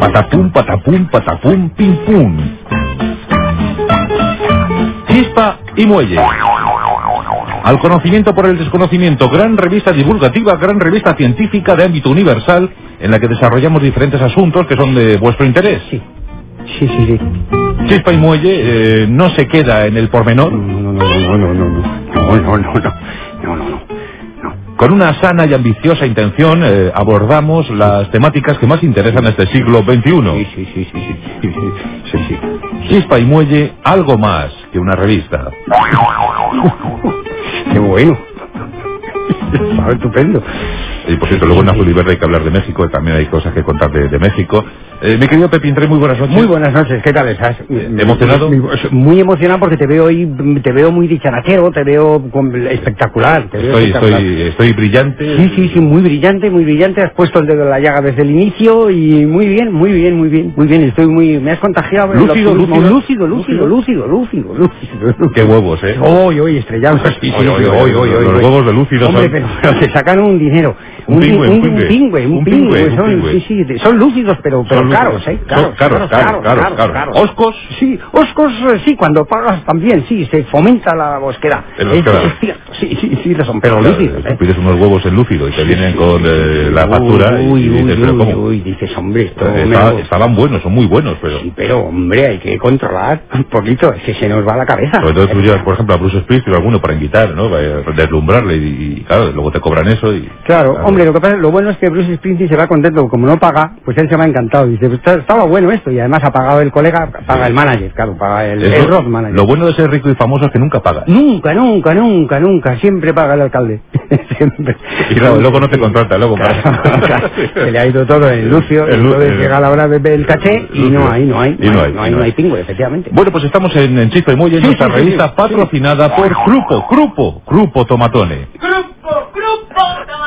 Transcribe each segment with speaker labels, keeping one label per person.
Speaker 1: Patapum, patapum, patapum, pim pum. Chispa y muelle. Al conocimiento por el desconocimiento, gran revista divulgativa, gran revista científica de ámbito universal, en la que desarrollamos diferentes asuntos que son de vuestro interés.
Speaker 2: Sí, sí, sí, sí.
Speaker 1: Chispa y muelle eh, no se queda en el pormenor,
Speaker 2: No, no, no, no, no, no, no, no, no, no, no, no, no, no, no.
Speaker 1: con una sana y ambiciosa intención eh, abordamos las temáticas que más interesan a este siglo
Speaker 2: Sí,
Speaker 1: XXI.
Speaker 2: sí, sí, sí, sí, sí, sí, sí, sí.
Speaker 1: Chispa y muelle, algo más que una revista.
Speaker 2: Qué bueno. Sabe estupendo.
Speaker 1: Y por cierto, luego en Azul y Verde hay que hablar de México, también hay cosas que contar de, de México. Eh, mi querido Pepín Tres, muy buenas noches.
Speaker 2: Muy buenas noches, ¿qué tal estás?
Speaker 1: ¿emocionado?
Speaker 2: Muy emocionado porque te veo hoy, te veo muy dicharachero, te veo con- espectacular. Te veo
Speaker 1: Estoy,
Speaker 2: espectacular.
Speaker 1: estoy, estoy brillante.
Speaker 2: Sí, sí, sí, muy brillante, muy brillante. Has puesto el dedo en la llaga desde el inicio y muy bien, muy bien, muy bien, muy bien. Estoy muy, me has contagiado. en el
Speaker 1: Lúcido,
Speaker 2: optimismo.
Speaker 1: lúcido.
Speaker 2: lúcido, lúcido, lúcido, lúcido, lúcido,
Speaker 1: Qué huevos, ¿eh?
Speaker 2: Hoy, hoy, estrellado.
Speaker 1: Sí, sí, hoy, hoy, hoy, los huevos de lúcido
Speaker 2: Hombre,
Speaker 1: son-
Speaker 2: pero, pero te sacan un dinero.
Speaker 1: Un
Speaker 2: di-
Speaker 1: pingüe, un
Speaker 2: un
Speaker 1: pingüe.
Speaker 2: pingüe, un
Speaker 1: Un pingüe,
Speaker 2: pingüe,
Speaker 1: un
Speaker 2: son-
Speaker 1: pingüe.
Speaker 2: sí, sí, de- son lúcidos, pero, pero
Speaker 1: Son
Speaker 2: caros,
Speaker 1: lúcidos.
Speaker 2: ¿eh?
Speaker 1: Son caros, caros, caros, caros. ¿Oscos?
Speaker 2: Sí, oscos, eh, sí, cuando pagas también, sí, se fomenta la bosqueda.
Speaker 1: El
Speaker 2: Es-
Speaker 1: bosqueda.
Speaker 2: es cierto, sí, sí, sí, lo son, pero
Speaker 1: Claro,
Speaker 2: lúcidos,
Speaker 1: tú
Speaker 2: ¿eh?
Speaker 1: pides unos huevos en lúcido y te vienen con eh, la factura y-
Speaker 2: uy,
Speaker 1: y,
Speaker 2: uy,
Speaker 1: dices, pero
Speaker 2: uy,
Speaker 1: ¿cómo?
Speaker 2: uy, dices, hombre, esto
Speaker 1: Eh,
Speaker 2: me
Speaker 1: está-
Speaker 2: lo-
Speaker 1: estaban buenos, son muy buenos, pero...
Speaker 2: Sí, pero hombre, hay que controlar un poquito, es que se nos va la cabeza.
Speaker 1: Sobre todo tú llevas, por ejemplo, a Bruce Springsteen o alguno para invitar, ¿no? Para deslumbrarle y, y, claro, luego te cobran eso y...
Speaker 2: Claro, hombre, lo que pasa, lo bueno es que Bruce Springsteen se va contento, como no paga, pues él se va encantado, dice, pues, está- estaba bueno esto, y además ha pagado el colega, paga el manager, claro, paga el,
Speaker 1: Eso-
Speaker 2: el rock manager.
Speaker 1: Lo bueno de ser rico y famoso es que nunca pagas.
Speaker 2: Nunca, nunca, nunca, nunca, siempre paga el alcalde. siempre.
Speaker 1: Y claro, luego no te contrata, luego
Speaker 2: Claro,
Speaker 1: paga.
Speaker 2: claro. se le ha ido todo el lucio,
Speaker 1: El lu-
Speaker 2: entonces
Speaker 1: el-
Speaker 2: llega la hora de ver el caché y
Speaker 1: Lucio.
Speaker 2: no hay, no hay,
Speaker 1: Y no hay,
Speaker 2: no hay, no hay pingüe, efectivamente.
Speaker 1: Bueno, pues estamos en, en Chispa y Muelle,
Speaker 2: Sí,
Speaker 1: nuestra
Speaker 2: sí, sí,
Speaker 1: revista
Speaker 2: sí.
Speaker 1: patrocinada por Grupo, Grupo, Grupo Tomatone.
Speaker 3: Grupo, grupo,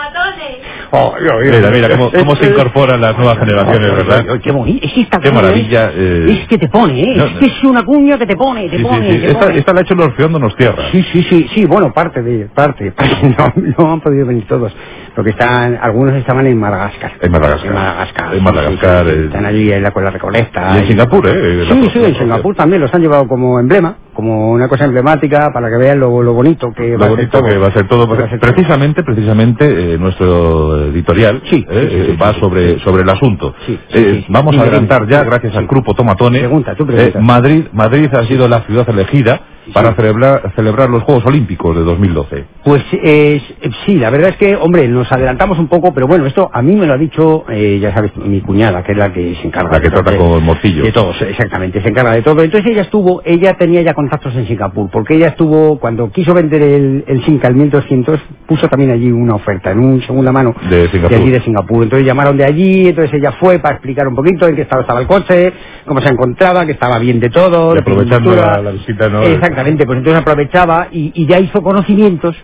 Speaker 3: tomatones.
Speaker 2: Oh, yo, yo.
Speaker 1: Mira, mira cómo, cómo se
Speaker 2: Eh, eh,
Speaker 1: incorporan las nuevas generaciones,
Speaker 2: Ay,
Speaker 1: ¿verdad?
Speaker 2: ay, ay, oh, Qué bonito. Es que esta
Speaker 1: Qué
Speaker 2: cuña
Speaker 1: maravilla,
Speaker 2: Es,
Speaker 1: eh.
Speaker 2: es que te pone, ¿eh?
Speaker 1: No,
Speaker 2: es que es una cuña que te pone,
Speaker 1: Sí,
Speaker 2: te
Speaker 1: sí,
Speaker 2: pone,
Speaker 1: sí.
Speaker 2: te
Speaker 1: Esta,
Speaker 2: pone.
Speaker 1: esta la ha hecho el Orfeón Donostierra.
Speaker 2: Sí, sí, sí, sí, bueno, parte de parte, parte no, no han podido venir todos, porque están, algunos estaban en Madagascar.
Speaker 1: En Madagascar.
Speaker 2: En Madagascar.
Speaker 1: En
Speaker 2: sí,
Speaker 1: Madagascar,
Speaker 2: sí, sí,
Speaker 1: eh.
Speaker 2: Están allí en la con la Recoleta.
Speaker 1: Y en Singapur, ¿eh? La
Speaker 2: Sí, sí,
Speaker 1: propia-
Speaker 2: en Singapur también los han llevado como emblema, como una cosa emblemática para que vean lo, lo bonito que
Speaker 1: Lo
Speaker 2: va a ser
Speaker 1: bonito
Speaker 2: todo.
Speaker 1: que va a ser todo.
Speaker 2: Va a ser todo.
Speaker 1: Precisamente, precisamente, eh, nuestro editorial
Speaker 2: Sí,
Speaker 1: eh,
Speaker 2: sí, sí,
Speaker 1: eh,
Speaker 2: sí,
Speaker 1: va
Speaker 2: sí,
Speaker 1: sobre, sobre el asunto.
Speaker 2: Sí, sí,
Speaker 1: Eh,
Speaker 2: sí, sí.
Speaker 1: Vamos a
Speaker 2: Dime,
Speaker 1: adelantar
Speaker 2: dime.
Speaker 1: ya, gracias al Grupo Tomatone.
Speaker 2: Pregunta, tú pregunta.
Speaker 1: eh, Madrid, Madrid ha sido la ciudad elegida para celebrar, celebrar los Juegos Olímpicos de 2012.
Speaker 2: Pues eh, sí, la verdad es que, hombre, nos adelantamos un poco, pero bueno, esto a mí me lo ha dicho, eh, ya sabes, mi cuñada, que es la que se encarga.
Speaker 1: La que
Speaker 2: de todo,
Speaker 1: trata con morcillo.
Speaker 2: De todos, exactamente, se encarga de todo. Entonces ella estuvo, ella tenía ya contactos en Singapur, porque ella estuvo, cuando quiso vender el, el Sinca, el 1200, puso también allí una oferta, en un segunda mano.
Speaker 1: De Singapur.
Speaker 2: allí de Singapur. Entonces llamaron de allí, entonces ella fue para explicar un poquito en qué estado estaba el coche, cómo se encontraba, que estaba bien de todo.
Speaker 1: Y
Speaker 2: de
Speaker 1: aprovechando
Speaker 2: pintura.
Speaker 1: la- la visita, ¿no?
Speaker 2: Exactamente, pues entonces aprovechaba y, y ya hizo conocimientos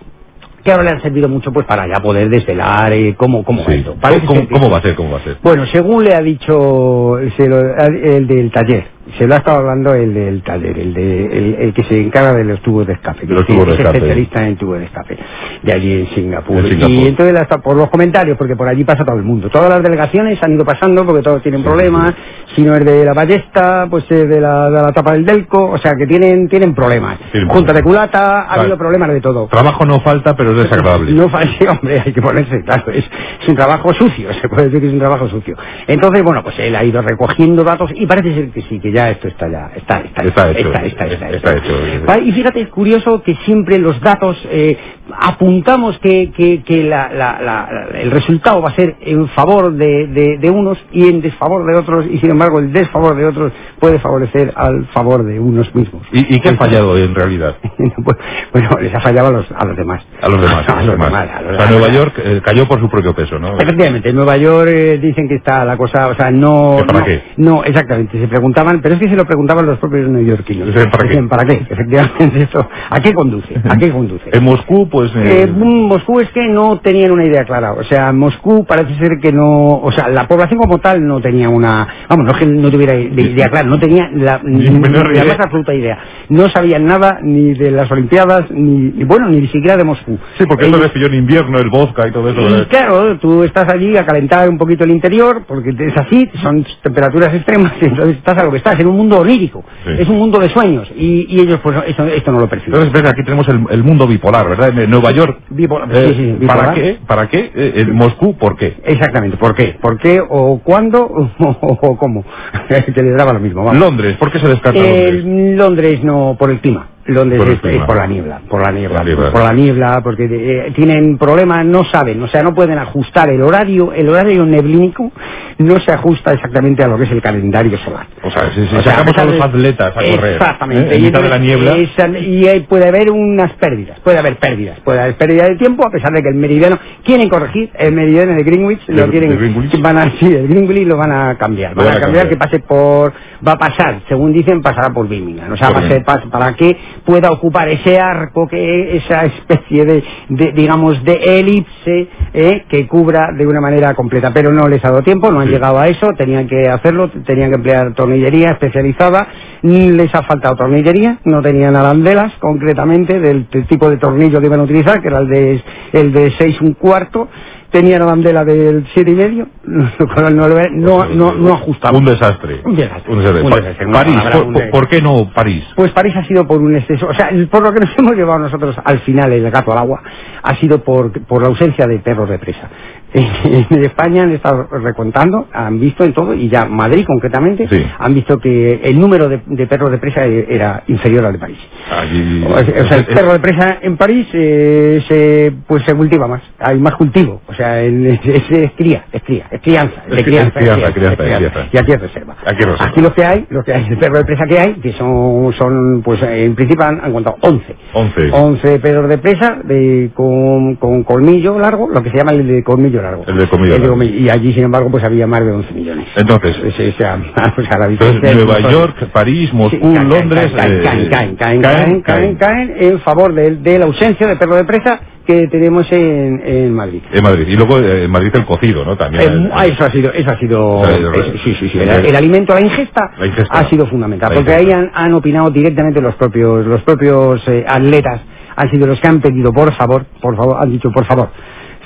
Speaker 2: que ahora le han servido mucho pues para ya poder desvelar eh, cómo, cómo va
Speaker 1: Sí.
Speaker 2: esto. Parece
Speaker 1: ¿Cómo,
Speaker 2: ser que-
Speaker 1: cómo va a ser? ¿Cómo va a ser?
Speaker 2: Bueno, según le ha dicho se lo- el del taller, se lo ha estado hablando el del taller, el, de, el, el que se encarga de los tubos de escape, que
Speaker 1: Los tubos de
Speaker 2: es
Speaker 1: escape.
Speaker 2: especialista en tubos de escape, de allí en Singapur.
Speaker 1: En Singapur.
Speaker 2: Y entonces hasta por los comentarios, porque por allí pasa todo el mundo. Todas las delegaciones han ido pasando porque todos tienen
Speaker 1: Sí,
Speaker 2: problemas,
Speaker 1: sí,
Speaker 2: si no es de la ballesta, pues eh, de la, de la tapa del delco, o sea que tienen, tienen problemas.
Speaker 1: Tienen
Speaker 2: Junta de
Speaker 1: problemas.
Speaker 2: culata, ha
Speaker 1: Vale.
Speaker 2: habido problemas de todo.
Speaker 1: Trabajo no falta, pero es desagradable.
Speaker 2: No falle, hombre, hay que ponerse, claro, es, es un trabajo sucio, se puede decir que es un trabajo sucio. Entonces, bueno, pues él ha ido recogiendo datos y parece ser que sí, que ya ya esto está ya, está, está,
Speaker 1: Está hecho,
Speaker 2: está, está, está,
Speaker 1: está hecho.
Speaker 2: Vale, Y fíjate, es curioso que siempre los datos eh, apuntamos que, que- que la- la- la- la- el resultado va a ser en favor de, de- de unos y en desfavor de otros, y sin embargo el desfavor de otros puede favorecer al favor de unos mismos.
Speaker 1: ¿Y, y qué ha fallado en realidad?
Speaker 2: Pues, bueno, les ha fallado a los, a los demás.
Speaker 1: A los demás.
Speaker 2: A los demás. a
Speaker 1: O
Speaker 2: los
Speaker 1: sea,
Speaker 2: demás.
Speaker 1: Nueva York eh, cayó por su propio peso, ¿no?
Speaker 2: Efectivamente, en Nueva York eh, dicen que está la cosa, o sea, no...
Speaker 1: ¿Que para
Speaker 2: no,
Speaker 1: qué?
Speaker 2: no, exactamente, se preguntaban, pero es que se lo preguntaban los propios neoyorquinos.
Speaker 1: Dicen, ¿para qué?
Speaker 2: Decían, ¿Para qué? Efectivamente, esto, ¿a qué conduce? ¿A qué conduce?
Speaker 1: En Moscú, pues... eh,
Speaker 2: Eh, mm, Moscú es que no tenían una idea clara. O sea, Moscú parece ser que no. O sea, la población como tal no tenía una. Vamos, no es que no tuviera i- de idea clara, no tenía la,
Speaker 1: Ni
Speaker 2: ni-
Speaker 1: menor
Speaker 2: la
Speaker 1: idea.
Speaker 2: más absoluta idea. No sabían nada ni de las Olimpiadas, ni. y bueno, ni siquiera de Moscú.
Speaker 1: sí, porque esto
Speaker 2: Ellos-
Speaker 1: les pilló en invierno, el vodka y todo eso.
Speaker 2: y
Speaker 1: ¿verdad?
Speaker 2: claro, tú estás allí a calentar un poquito el interior, porque es así, son temperaturas extremas, y entonces estás a lo que estás, en un mundo onírico,
Speaker 1: Sí.
Speaker 2: es un mundo de sueños, y, y ellos pues no, eso- esto no lo perciben.
Speaker 1: Entonces, ves, aquí tenemos el, el mundo bipolar, ¿verdad? En eh, Nueva York.
Speaker 2: Bipolar,
Speaker 1: eh,
Speaker 2: sí, sí, bipolar.
Speaker 1: ¿Para qué? ¿Para qué? Eh, en Moscú, ¿por qué?
Speaker 2: Exactamente, ¿por qué? ¿Por qué o cuándo o, o cómo? que les daba lo mismo, vamos.
Speaker 1: Londres, ¿por qué se descarta
Speaker 2: Eh,
Speaker 1: Londres?
Speaker 2: Londres no, por el clima. Londres
Speaker 1: Por el
Speaker 2: es, es
Speaker 1: clima.
Speaker 2: por la niebla, por la niebla,
Speaker 1: La niebla.
Speaker 2: por la niebla, porque eh, tienen problemas, no saben, o sea, no pueden ajustar el horario, el horario neblínico no se ajusta exactamente a lo que es el calendario solar.
Speaker 1: O sea, si, si
Speaker 2: O sea,
Speaker 1: sacamos a
Speaker 2: pesar
Speaker 1: los
Speaker 2: de-
Speaker 1: atletas a correr
Speaker 2: Exactamente.
Speaker 1: ¿eh? en
Speaker 2: y
Speaker 1: mitad de la
Speaker 2: entonces,
Speaker 1: niebla,
Speaker 2: esa- y ahí puede haber unas pérdidas, puede haber pérdidas, puede haber pérdida de tiempo, a pesar de que el meridiano, quieren corregir el meridiano de Greenwich,
Speaker 1: ¿De-
Speaker 2: lo quieren,
Speaker 1: de Greenwich?
Speaker 2: van a, sí, el Greenwich lo van a cambiar,
Speaker 1: Lo
Speaker 2: van a cambiar que pase por, va a pasar, según dicen, pasará por Birmingham, o sea,
Speaker 1: Por
Speaker 2: va a ser
Speaker 1: Birmingham.
Speaker 2: pas- para que pueda ocupar ese arco, que esa especie de, de, digamos, de elipse, ¿eh? que cubra de una manera completa, pero no les ha dado tiempo, no han
Speaker 1: Sí.
Speaker 2: llegado a eso, tenían que hacerlo, tenían que emplear tornillería especializada, mm, les ha faltado tornillería, no tenían arandelas concretamente del t- tipo de tornillo que iban a utilizar, que era el de, el de 6 un cuarto, tenían arandela del siete y medio, lo cual no, le- no, no, no ajustaba.
Speaker 1: pues, Un desastre.
Speaker 2: Un desastre.
Speaker 1: Un desastre.
Speaker 2: Un
Speaker 1: Pa-
Speaker 2: desastre, una
Speaker 1: París,
Speaker 2: palabra,
Speaker 1: por,
Speaker 2: un
Speaker 1: por-
Speaker 2: desastre.
Speaker 1: ¿por qué no París?
Speaker 2: Pues París ha sido por un exceso, o sea, por lo que nos hemos llevado nosotros al final el gato al agua, ha sido por, por la ausencia de perros de presa. En España han estado recontando, han visto en todo, y ya Madrid concretamente,
Speaker 1: Sí.
Speaker 2: han visto que el número de, de perros de presa e- era inferior al de París.
Speaker 1: Allí- eh,
Speaker 2: O sea, o sea, el perro de presa en París eh, se, pues se cultiva más, hay más cultivo, o sea, el- es, es- es cría, es cría, es crianza, es de
Speaker 1: Es cri-
Speaker 2: crianza,
Speaker 1: es crianza,
Speaker 2: es
Speaker 1: crianza,
Speaker 2: es
Speaker 1: es
Speaker 2: crianza.
Speaker 1: crianza.
Speaker 2: y aquí es reserva.
Speaker 1: Aquí es reserva.
Speaker 2: los que hay, los que hay, el perro de presa que hay, que son, son pues en principio han, han contado 11.
Speaker 1: 11.
Speaker 2: 11 perros de presa de, con, con colmillo largo, lo que se llama el de colmillo largo.
Speaker 1: El de colmillo largo.
Speaker 2: Y allí, sin embargo, pues había más de 11 millones.
Speaker 1: Entonces,
Speaker 2: Sí, o sea, o sea, la
Speaker 1: entonces
Speaker 2: diferencia es
Speaker 1: Nueva
Speaker 2: notoria.
Speaker 1: York, París,
Speaker 2: Sí,
Speaker 1: Moscú,
Speaker 2: caen,
Speaker 1: Londres...
Speaker 2: Caen,
Speaker 1: eh,
Speaker 2: caen, caen, caen, caen, caen,
Speaker 1: caen.
Speaker 2: caen en favor de, de la ausencia de perro de presa que tenemos en, en Madrid.
Speaker 1: En Madrid. Y luego eh, en Madrid el cocido, ¿no? También.
Speaker 2: Eh,
Speaker 1: el-
Speaker 2: ah, eso ha sido, eso ha sido,
Speaker 1: O sea, el-
Speaker 2: eso- sí, sí, sí,
Speaker 1: el-
Speaker 2: el, el alimento, la ingesta,
Speaker 1: La ingesta.
Speaker 2: ha sido fundamental,
Speaker 1: La
Speaker 2: porque ahí
Speaker 1: ingesta.
Speaker 2: han, han opinado directamente los propios, los propios eh, atletas, han sido los que han pedido, por favor, por favor, han dicho, por favor,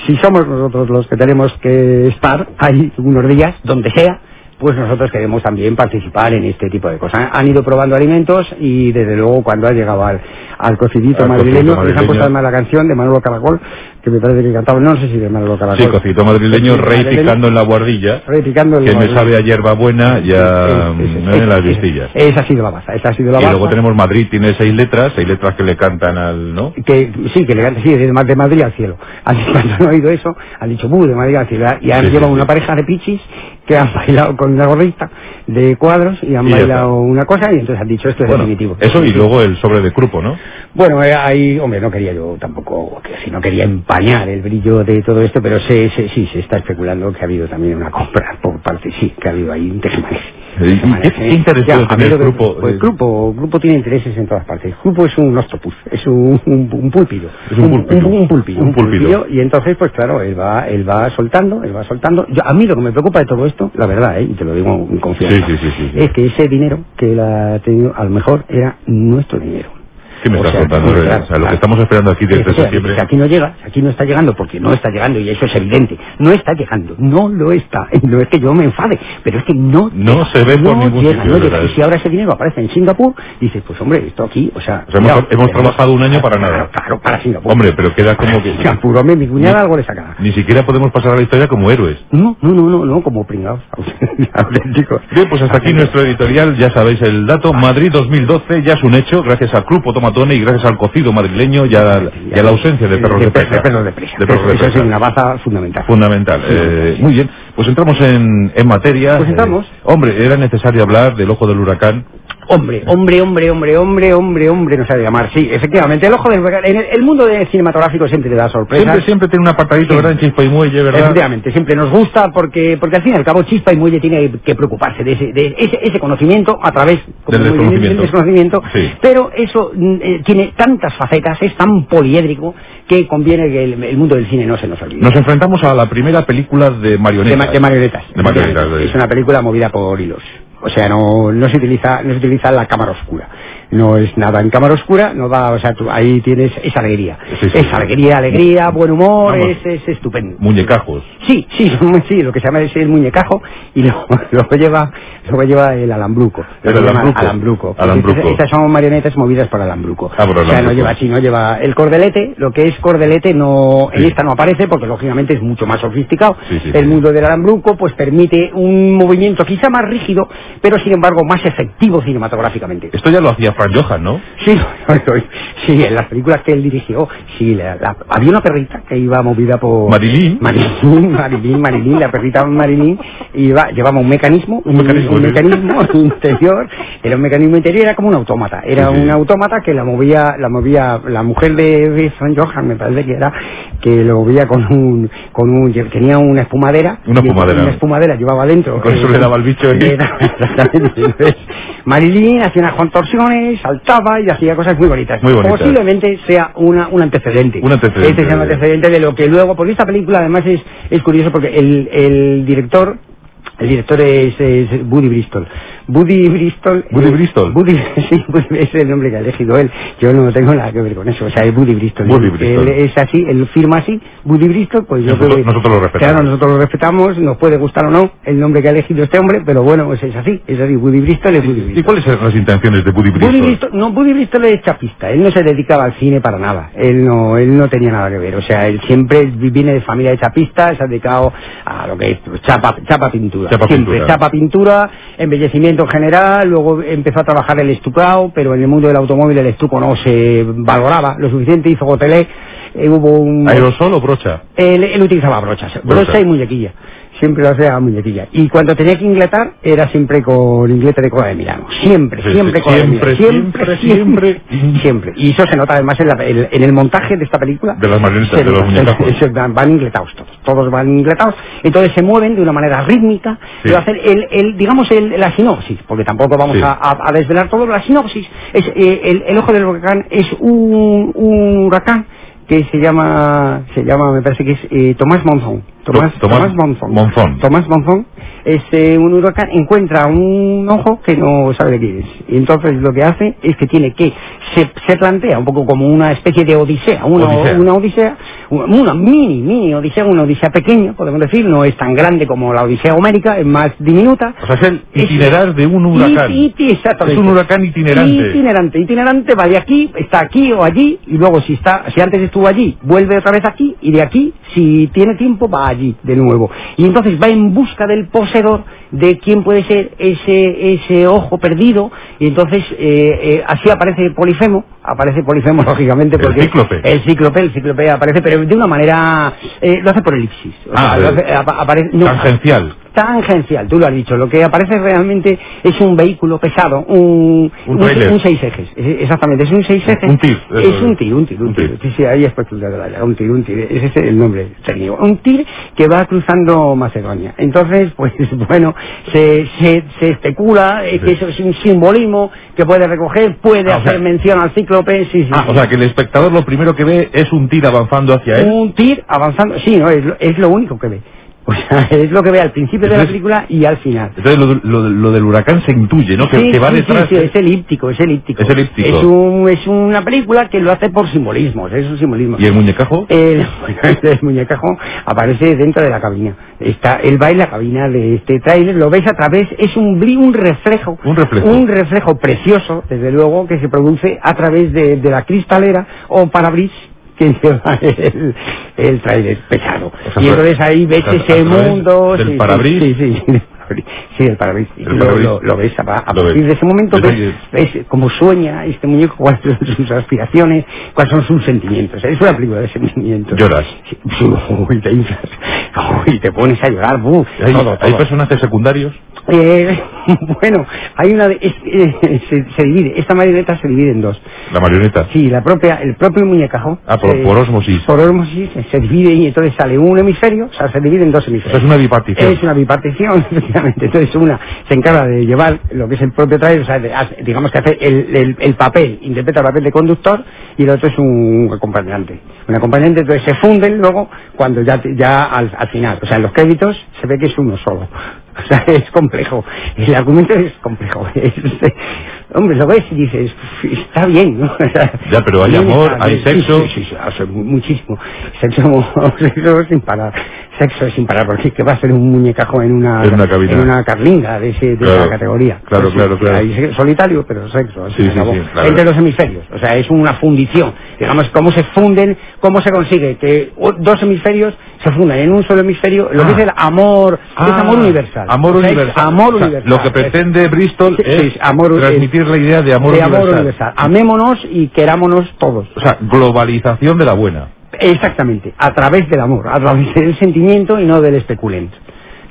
Speaker 2: si somos nosotros los que tenemos que estar ahí unos días, donde sea, pues nosotros queremos también participar en este tipo de cosas. Han ido probando alimentos y desde luego cuando ha llegado al, al cocidito
Speaker 1: Al cocidito
Speaker 2: madrileño, les han
Speaker 1: madrileño.
Speaker 2: puesto además la canción de Manolo Caracol, que me parece que cantaba, no sé si de Manolo Caracol.
Speaker 1: Sí, cocito madrileño,
Speaker 2: Sí,
Speaker 1: rey
Speaker 2: madrileño.
Speaker 1: picando en la guardilla,
Speaker 2: Repicando el
Speaker 1: que me
Speaker 2: barro.
Speaker 1: sabe a hierba buena y a
Speaker 2: Sí, sí, sí,
Speaker 1: mm,
Speaker 2: sí,
Speaker 1: en las
Speaker 2: sí,
Speaker 1: vistillas.
Speaker 2: sí. Esa ha sido la baza, esa ha sido la
Speaker 1: Y
Speaker 2: baza.
Speaker 1: luego tenemos Madrid, tiene seis letras, seis letras que le cantan al, ¿no?
Speaker 2: que sí, que le han sí, de Ma- de Madrid al cielo. Así que cuando han oído eso, han dicho, "Buh, de Madrid al cielo. Y han
Speaker 1: Sí, sí,
Speaker 2: llevado
Speaker 1: sí.
Speaker 2: una pareja de pichis que han bailado con una gorrita de cuadros y han
Speaker 1: Y ya
Speaker 2: bailado
Speaker 1: está.
Speaker 2: una cosa y entonces han dicho, esto es
Speaker 1: Bueno,
Speaker 2: definitivo.
Speaker 1: eso y luego el sobre de grupo, ¿no?
Speaker 2: Bueno, eh, ahí, hombre, no quería yo tampoco, que si no quería empañar el brillo de todo esto, pero se, se- sí, se está especulando que ha habido también una compra por parte, sí, que ha habido ahí un tejimaneje.
Speaker 1: Eh, ¿Y- y qué- qué interés puede
Speaker 2: a
Speaker 1: tener
Speaker 2: mí
Speaker 1: el
Speaker 2: lo que-
Speaker 1: grupo?
Speaker 2: Pues el grupo, el grupo tiene intereses en todas partes. El grupo es un octopus, es un, un, un púlpito.
Speaker 1: Es un púlpito.
Speaker 2: Un, un púlpito.
Speaker 1: Un
Speaker 2: un púlpito.
Speaker 1: púlpito.
Speaker 2: Y entonces, pues claro, él va, él va soltando, él va soltando. Yo- a mí lo que me preocupa de todo esto, la verdad, eh, y te lo digo en confianza,
Speaker 1: Sí, sí, sí, sí, sí.
Speaker 2: es que ese dinero que él ha tenido, a lo mejor era nuestro dinero.
Speaker 1: ¿Qué me
Speaker 2: O
Speaker 1: estás
Speaker 2: sea,
Speaker 1: contando? O
Speaker 2: sí,
Speaker 1: sea,
Speaker 2: claro,
Speaker 1: lo
Speaker 2: claro.
Speaker 1: que estamos esperando aquí desde
Speaker 2: O sea,
Speaker 1: septiembre.
Speaker 2: Si aquí no llega, si aquí no está llegando, porque no está llegando, y eso es evidente, no está llegando, no lo está, no es que yo me enfade, pero es que no
Speaker 1: No
Speaker 2: llega,
Speaker 1: se ve por
Speaker 2: no
Speaker 1: ningún
Speaker 2: llega,
Speaker 1: sitio,
Speaker 2: no
Speaker 1: es
Speaker 2: llega.
Speaker 1: verdad.
Speaker 2: Y si ahora ese dinero aparece en Singapur, dices, pues hombre, esto aquí, o sea...
Speaker 1: O sea, hemos-
Speaker 2: cuidado,
Speaker 1: hemos
Speaker 2: tenemos-
Speaker 1: trabajado un año para nada.
Speaker 2: Claro, claro, para Singapur.
Speaker 1: Hombre, pero queda como que...
Speaker 2: Singapur, hombre, mi cuñada algo le sacará.
Speaker 1: Ni siquiera podemos pasar a la historia como héroes.
Speaker 2: No, no, no, no, no, como pringados, auténticos.
Speaker 1: Bien, pues hasta aquí nuestro editorial, ya sabéis el dato. Madrid 2012 ya es un hecho, gracias al Grupo Tomatone y gracias al cocido madrileño y a, y a la ausencia de perros de presa.
Speaker 2: De perros de presa.
Speaker 1: De perros de
Speaker 2: Eso es
Speaker 1: presa.
Speaker 2: una baza fundamental.
Speaker 1: Fundamental.
Speaker 2: Sí.
Speaker 1: Eh, muy bien, pues entramos en, en materia.
Speaker 2: Pues entramos.
Speaker 1: Eh, hombre, era necesario hablar del ojo del huracán.
Speaker 2: Hombre, hombre, hombre, hombre, hombre, hombre, hombre, no sabe llamar. Sí, efectivamente, el ojo del huracán- en el, el mundo de cinematográfico siempre te da sorpresas.
Speaker 1: Siempre, siempre tiene un apartadito,
Speaker 2: Siempre.
Speaker 1: ¿verdad? En Chispa y Muelle, ¿verdad?
Speaker 2: Efectivamente, siempre nos gusta porque porque al fin y al cabo Chispa y Muelle tiene que preocuparse de ese, de ese, ese conocimiento a través como
Speaker 1: Del
Speaker 2: muy
Speaker 1: desconocimiento.
Speaker 2: bien, del desconocimiento,
Speaker 1: Sí.
Speaker 2: pero eso mm, eh, tiene tantas facetas, es tan poliédrico que conviene que el, el mundo del cine no se nos olvide.
Speaker 1: Nos enfrentamos a la primera película de
Speaker 2: de,
Speaker 1: marionetas.
Speaker 2: ma- de marionetas.
Speaker 1: De marionetas,
Speaker 2: efectivamente.
Speaker 1: de-
Speaker 2: Es una película movida por hilos. O sea, no, no se utiliza no se utiliza la cámara oscura. No es nada en cámara oscura, no da, o sea, tú ahí tienes esa alegría.
Speaker 1: Sí, sí.
Speaker 2: Es alegría, alegría, buen humor,
Speaker 1: Vamos.
Speaker 2: es, es estupendo.
Speaker 1: Muñecajos.
Speaker 2: Sí, sí, sí, lo que se llama es el muñecajo y luego, luego lleva luego lleva el alambruco. Lo
Speaker 1: El
Speaker 2: que llaman
Speaker 1: alambruco.
Speaker 2: alambruco.
Speaker 1: Alambruco.
Speaker 2: Estas, estas son marionetas movidas por alambruco.
Speaker 1: Ah, por
Speaker 2: o sea, no
Speaker 1: alambruco.
Speaker 2: lleva así, no lleva el cordelete, lo que es cordelete no en
Speaker 1: Sí.
Speaker 2: esta no aparece porque lógicamente es mucho más sofisticado.
Speaker 1: Sí, sí,
Speaker 2: el
Speaker 1: sí.
Speaker 2: mundo del alambruco pues permite un movimiento quizá más rígido, pero sin embargo más efectivo cinematográficamente.
Speaker 1: Esto ya lo hacía Fran Johan, ¿no?
Speaker 2: Sí, sí, en las películas que él dirigió, sí, la- la- había una perrita que iba movida por...
Speaker 1: Marilyn.
Speaker 2: Marilyn, Marilyn, Marilyn, la perrita Marilyn, iba, llevaba un mecanismo, un,
Speaker 1: mecanismo,
Speaker 2: un
Speaker 1: sí.
Speaker 2: mecanismo interior, era un mecanismo interior, era como un autómata, era
Speaker 1: Sí, sí.
Speaker 2: un autómata que la movía, la movía la mujer de de Son Johan, me parece que era, que lo movía con un, con un, tenía una espumadera,
Speaker 1: Una
Speaker 2: y
Speaker 1: espumadera.
Speaker 2: una espumadera llevaba dentro,
Speaker 1: Con eso le daba el bicho ahí.
Speaker 2: le daba- exactamente, entonces, Marilyn hacía unas contorsiones, saltaba y hacía cosas muy bonitas.
Speaker 1: Muy bonitas.
Speaker 2: Posiblemente sea una, un antecedente.
Speaker 1: Un antecedente.
Speaker 2: Este es un antecedente de lo que luego, porque esta película además es, es curioso porque el, el director, el director es, es Woody Bristol. Woody Bristol.
Speaker 1: Woody
Speaker 2: eh,
Speaker 1: Bristol.
Speaker 2: Woody, sí, Woody- es el nombre que ha elegido él. Yo no tengo nada que ver con eso. O sea, es Woody Bristol.
Speaker 1: Woody Bristol.
Speaker 2: Él es así, él firma así, Woody Bristol, pues yo
Speaker 1: Nosotros-
Speaker 2: creo que-
Speaker 1: nosotros lo respetamos.
Speaker 2: Claro, nosotros lo respetamos, nos puede gustar o no el nombre que ha elegido este hombre, pero bueno, pues es así, es así, Woody Bristol es Woody
Speaker 1: ¿Y
Speaker 2: Bristol.
Speaker 1: cuáles eran las intenciones de Buddy Bristol?
Speaker 2: Woody Bristol, no, Woody Bristol es chapista, él no se dedicaba al cine para nada, él no, él no tenía nada que ver, o sea, él siempre viene de familia de chapistas, se ha dedicado a lo que es pues, chapa, chapa pintura,
Speaker 1: Chapa
Speaker 2: siempre
Speaker 1: pintura.
Speaker 2: chapa pintura, embellecimiento en general, luego empezó a trabajar el estucao, pero en el mundo del automóvil el estuco no se valoraba lo suficiente, hizo gotelé, eh, hubo un...
Speaker 1: ¿Aerosol o brocha?
Speaker 2: Él, él utilizaba brochas,
Speaker 1: Brocha.
Speaker 2: brocha y muñequilla. Siempre lo hacía a muñequilla. Y cuando tenía que ingletar, era siempre con inglete de cola de Milano. Siempre,
Speaker 1: Sí,
Speaker 2: siempre
Speaker 1: sí,
Speaker 2: cola
Speaker 1: siempre,
Speaker 2: de Milano.
Speaker 1: siempre, siempre.
Speaker 2: siempre. Siempre. Y eso se nota además en, la- en- en el montaje de esta película.
Speaker 1: De las marionetas,
Speaker 2: Se
Speaker 1: de los
Speaker 2: nota,
Speaker 1: muñecajos.
Speaker 2: se- se- van, van ingletados todos. Todos van ingletados. Entonces se mueven de una manera rítmica.
Speaker 1: Sí.
Speaker 2: Lo hacen el, el- digamos, el- la sinopsis, porque tampoco vamos
Speaker 1: Sí.
Speaker 2: a, a- a desvelar todo. La sinopsis es, eh, el, el ojo del huracán es un, un huracán que se llama, se llama, me parece que es eh, Tomás Monzón. Tomás,
Speaker 1: To- Tomás
Speaker 2: Monzón.
Speaker 1: Monzón.
Speaker 2: Tomás Monzón es eh, un huracán, encuentra un ojo que no sabe de quién es. Y entonces lo que hace es que tiene que, se, se plantea un poco como una especie de odisea, una
Speaker 1: Odisea.
Speaker 2: odisea, una, odisea, una- una mini, mini odisea, una odisea pequeña, podemos decir, no es tan grande como la odisea homérica, es más diminuta.
Speaker 1: O sea, es el
Speaker 2: Es-
Speaker 1: itinerar de un huracán.
Speaker 2: Iti- iti- exactamente.
Speaker 1: Es un huracán itinerante.
Speaker 2: Itinerante, itinerante, va de aquí, está aquí o allí, y luego si está, si antes estuvo allí, vuelve otra vez aquí, y de aquí, si tiene tiempo, va allí de nuevo. Y entonces va en busca del poseedor de quién puede ser ese, ese ojo perdido, y entonces eh, eh, así aparece Polifemo, aparece Polifemo lógicamente
Speaker 1: El
Speaker 2: porque
Speaker 1: cíclope.
Speaker 2: el cíclope, el cíclope aparece, pero de una manera, eh, lo hace por elipsis, o
Speaker 1: Ah,
Speaker 2: sea, lo
Speaker 1: eh,
Speaker 2: hace- apa- aparece, no,
Speaker 1: Tangencial.
Speaker 2: tangencial, tú lo has dicho. Lo que aparece realmente es un vehículo pesado, un,
Speaker 1: Un tráiler.
Speaker 2: un seis ejes, e- exactamente, es un seis ejes.
Speaker 1: Un TIR, eso
Speaker 2: Es un
Speaker 1: es.
Speaker 2: tir, un tir,
Speaker 1: Un
Speaker 2: un tir.
Speaker 1: TIR.
Speaker 2: Sí, sí, ahí es particular de la llaga, un tir, un tir, ese es el nombre técnico. Un tir que va cruzando Macedonia. Entonces, pues bueno, se, se, se especula eh, que
Speaker 1: Sí.
Speaker 2: eso es un simbolismo que puede recoger, puede
Speaker 1: Ah, o
Speaker 2: hacer
Speaker 1: sea-
Speaker 2: mención al cíclope, sí, sí.
Speaker 1: Ah,
Speaker 2: sí.
Speaker 1: o sea, que el espectador lo primero que ve es un tir avanzando hacia él.
Speaker 2: Un tir avanzando, sí, no, es, lo, es lo único que ve. O sea, es lo que ve al principio de la película y al final.
Speaker 1: Entonces lo, lo- lo del huracán se intuye, ¿no? Que,
Speaker 2: Sí,
Speaker 1: que va
Speaker 2: sí, sí,
Speaker 1: detrás.
Speaker 2: sí, es elíptico, es elíptico.
Speaker 1: Es elíptico.
Speaker 2: Es, un- es una película que lo hace por simbolismos, es un simbolismo.
Speaker 1: ¿Y el muñecajo?
Speaker 2: El, el muñecajo aparece dentro de la cabina. Está, él va en la cabina de este tráiler, lo ves a través, es un bri- un reflejo,
Speaker 1: Un reflejo.
Speaker 2: un reflejo precioso, desde luego, que se produce a través de, de la cristalera o parabris que lleva el, el tráiler pesado.
Speaker 1: O sea,
Speaker 2: y entonces ahí ves
Speaker 1: a- a
Speaker 2: ese
Speaker 1: través
Speaker 2: mundo...
Speaker 1: del
Speaker 2: sí, sí,
Speaker 1: parabris.
Speaker 2: Sí, sí, sí, del parabris. Sí, el parabris.
Speaker 1: El
Speaker 2: Lo-
Speaker 1: parabris.
Speaker 2: Lo, lo ves a, a
Speaker 1: Lo
Speaker 2: partir
Speaker 1: ves.
Speaker 2: de ese momento,
Speaker 1: Pero
Speaker 2: ves, ves cómo sueña este muñeco, cuáles son sus aspiraciones, cuáles son sus sentimientos. Es una película de sentimientos.
Speaker 1: Lloras.
Speaker 2: Sí, sí, uy, te inflas. Uy, te pones a llorar. buf,
Speaker 1: ¿Hay,
Speaker 2: todo,
Speaker 1: hay
Speaker 2: todo.
Speaker 1: personajes secundarios?
Speaker 2: Eh, bueno, hay una de- es- eh, se, se divide, esta marioneta se divide en dos.
Speaker 1: La marioneta.
Speaker 2: Sí, la propia, el propio muñecajo.
Speaker 1: Ah, por,
Speaker 2: eh,
Speaker 1: por osmosis.
Speaker 2: por ósmosis, se divide y entonces sale un hemisferio, o sea, se divide en dos
Speaker 1: O sea,
Speaker 2: hemisferios.
Speaker 1: es una bipartición.
Speaker 2: Es una bipartición, efectivamente. Entonces una se encarga de llevar lo que es el propio trailer, o sea, de- hace- digamos que hace el, el- el papel, interpreta el papel de conductor y el otro es un acompañante. Un acompañante, entonces se funden luego cuando ya, te- ya al, al final. O sea, en los créditos se ve que es uno solo. O sea, es complejo. El argumento es complejo. Es- hombre, lo ves y dices, está bien, ¿no? O sea,
Speaker 1: Ya, pero hay
Speaker 2: bien,
Speaker 1: amor,
Speaker 2: está
Speaker 1: hay
Speaker 2: bien. Sí,
Speaker 1: sexo.
Speaker 2: sí, sí, sí, o sea, mu- muchísimo. Sexo, sexo sin parar. Sexo sin parar, porque es que va a ser un muñecajo en una,
Speaker 1: En una cabina.
Speaker 2: en una carlinga de, ese- de
Speaker 1: Claro.
Speaker 2: la categoría. Pues
Speaker 1: Claro, claro, claro.
Speaker 2: ahí se- solitario, pero sexo. así
Speaker 1: Sí,
Speaker 2: se
Speaker 1: sí,
Speaker 2: acabó.
Speaker 1: sí, claro.
Speaker 2: Entre los hemisferios. O sea, es una fundición. Digamos, cómo se funden, cómo se consigue que o- dos hemisferios se fundan en un solo hemisferio. Lo
Speaker 1: Ah.
Speaker 2: que es el amor, es
Speaker 1: Ah,
Speaker 2: amor universal.
Speaker 1: Amor
Speaker 2: O sea, es
Speaker 1: universal.
Speaker 2: Amor
Speaker 1: O sea,
Speaker 2: universal.
Speaker 1: Lo que pretende Bristol
Speaker 2: Sí,
Speaker 1: es
Speaker 2: sí, amor-
Speaker 1: transmitir la idea de amor
Speaker 2: de
Speaker 1: universal.
Speaker 2: amor universal. Amémonos y querámonos todos.
Speaker 1: O sea, globalización de la buena.
Speaker 2: Exactamente, a través del amor, a través del sentimiento y no del especulent.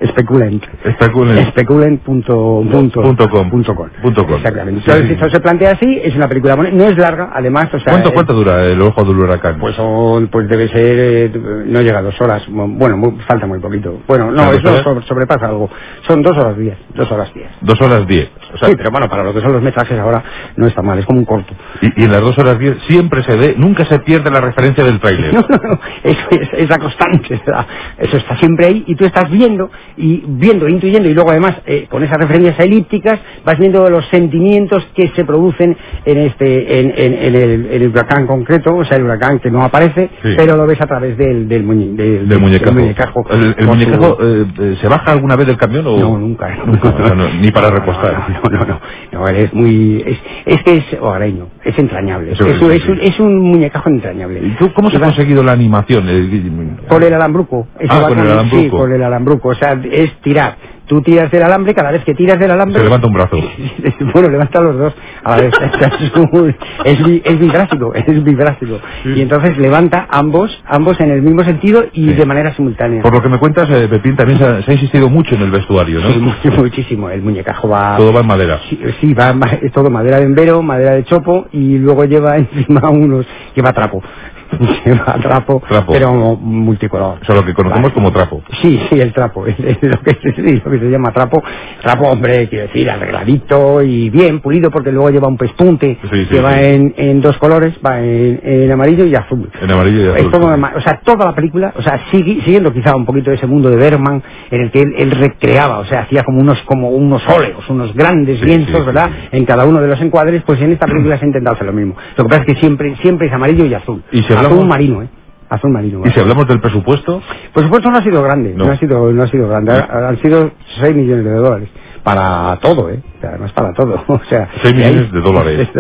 Speaker 2: Especulent.
Speaker 1: Especulen.
Speaker 2: Especulent punto, punto,
Speaker 1: Punto com.
Speaker 2: punto com.
Speaker 1: Punto com.
Speaker 2: Exactamente.
Speaker 1: Sí,
Speaker 2: Entonces,
Speaker 1: sí.
Speaker 2: esto se plantea así, es una película bonita, no es larga, además, o sea...
Speaker 1: ¿Cuánto,
Speaker 2: eh,
Speaker 1: ¿Cuánto dura el ojo del huracán?
Speaker 2: Pues, son- pues debe ser, eh, no llega a dos horas, mo- bueno, muy- falta muy poquito. Bueno, no,
Speaker 1: Claro,
Speaker 2: eso
Speaker 1: pero-
Speaker 2: sobre- sobrepasa algo. Son dos horas diez, dos horas diez.
Speaker 1: Dos horas diez. O sea,
Speaker 2: sí, pero bueno, para lo que son los metrajes ahora no está mal, es como un corto.
Speaker 1: y, y en las dos horas diez siempre se ve, nunca se pierde la referencia del tráiler.
Speaker 2: No, no, no, eso es, es la constante, es la- eso está siempre ahí y tú estás viendo y viendo, intuyendo y luego además eh, con esas referencias elípticas vas viendo los sentimientos que se producen en este en, en- en el, en el huracán concreto, o sea el huracán que no aparece,
Speaker 1: Sí.
Speaker 2: pero lo ves a través del del, muñe- del-
Speaker 1: Del muñecajo.
Speaker 2: del muñecajo.
Speaker 1: ¿El, el
Speaker 2: Con su-
Speaker 1: muñecajo eh, eh, se baja alguna vez del camión o...?
Speaker 2: no, nunca.
Speaker 1: Nunca, o sea, no, ni para
Speaker 2: No, no,
Speaker 1: repostar.
Speaker 2: No, no, no. no, No, él es muy. Es, es que es hogareño, es entrañable. Es,
Speaker 1: Eso
Speaker 2: un-
Speaker 1: es,
Speaker 2: es un,
Speaker 1: sí.
Speaker 2: es un muñecajo entrañable.
Speaker 1: ¿Y tú ¿Cómo se ha
Speaker 2: Iba-
Speaker 1: conseguido la animación? Eh,
Speaker 2: con el alambruco. Eso
Speaker 1: Ah,
Speaker 2: va
Speaker 1: con el
Speaker 2: Sí,
Speaker 1: alambruco.
Speaker 2: con el alambruco. O sea, es tirar. Tú tiras del alambre, cada vez que tiras del alambre...
Speaker 1: Se levanta un brazo.
Speaker 2: bueno, levanta los dos. A la vez. O sea, es, un- es, bi- es vibrásico, es vibrásico. Y entonces levanta ambos, ambos en el mismo sentido y
Speaker 1: Sí.
Speaker 2: de manera simultánea.
Speaker 1: Por lo que me cuentas, eh, Pepín, también se ha, se ha insistido mucho en el vestuario,
Speaker 2: Sí,
Speaker 1: ¿no?
Speaker 2: mu- muchísimo. El muñecajo va...
Speaker 1: Todo va en madera.
Speaker 2: Sí, sí, va, ma- es todo madera de embero, madera de chopo y luego lleva encima unos... lleva trapo. lleva trapo,
Speaker 1: Trapo.
Speaker 2: pero multicolor.
Speaker 1: O sea, lo que conocemos
Speaker 2: Vale.
Speaker 1: como trapo.
Speaker 2: Sí, sí, el trapo, es, es lo, que, se- sí, lo que se llama trapo. Trapo, hombre, quiero decir, arregladito y bien pulido, porque luego lleva un pespunte
Speaker 1: Sí, sí,
Speaker 2: que va
Speaker 1: sí.
Speaker 2: en, en dos colores, va en, en amarillo y azul.
Speaker 1: En amarillo y azul.
Speaker 2: Es todo ama- o sea, toda la película, o sea, sigue- siguiendo quizá un poquito ese mundo de Berman, en el que él, él recreaba, o sea, hacía como unos, como unos óleos, unos grandes
Speaker 1: Sí,
Speaker 2: lienzos,
Speaker 1: sí, sí,
Speaker 2: ¿verdad?
Speaker 1: sí.
Speaker 2: En cada uno de los encuadres, pues en esta película se ha intentado hacer lo mismo. Lo que pasa es que siempre, siempre es amarillo y azul.
Speaker 1: Y si hablamos-
Speaker 2: Azul marino, ¿eh? Azul marino.
Speaker 1: Y si hablamos del presupuesto,
Speaker 2: Por supuesto no ha sido grande,
Speaker 1: No.
Speaker 2: no, ha sido no ha sido grande, ha- han sido 6 millones de dólares para todo, ¿eh? O sea, no es para todo, o sea,
Speaker 1: Seis
Speaker 2: y ahí-
Speaker 1: millones de dólares.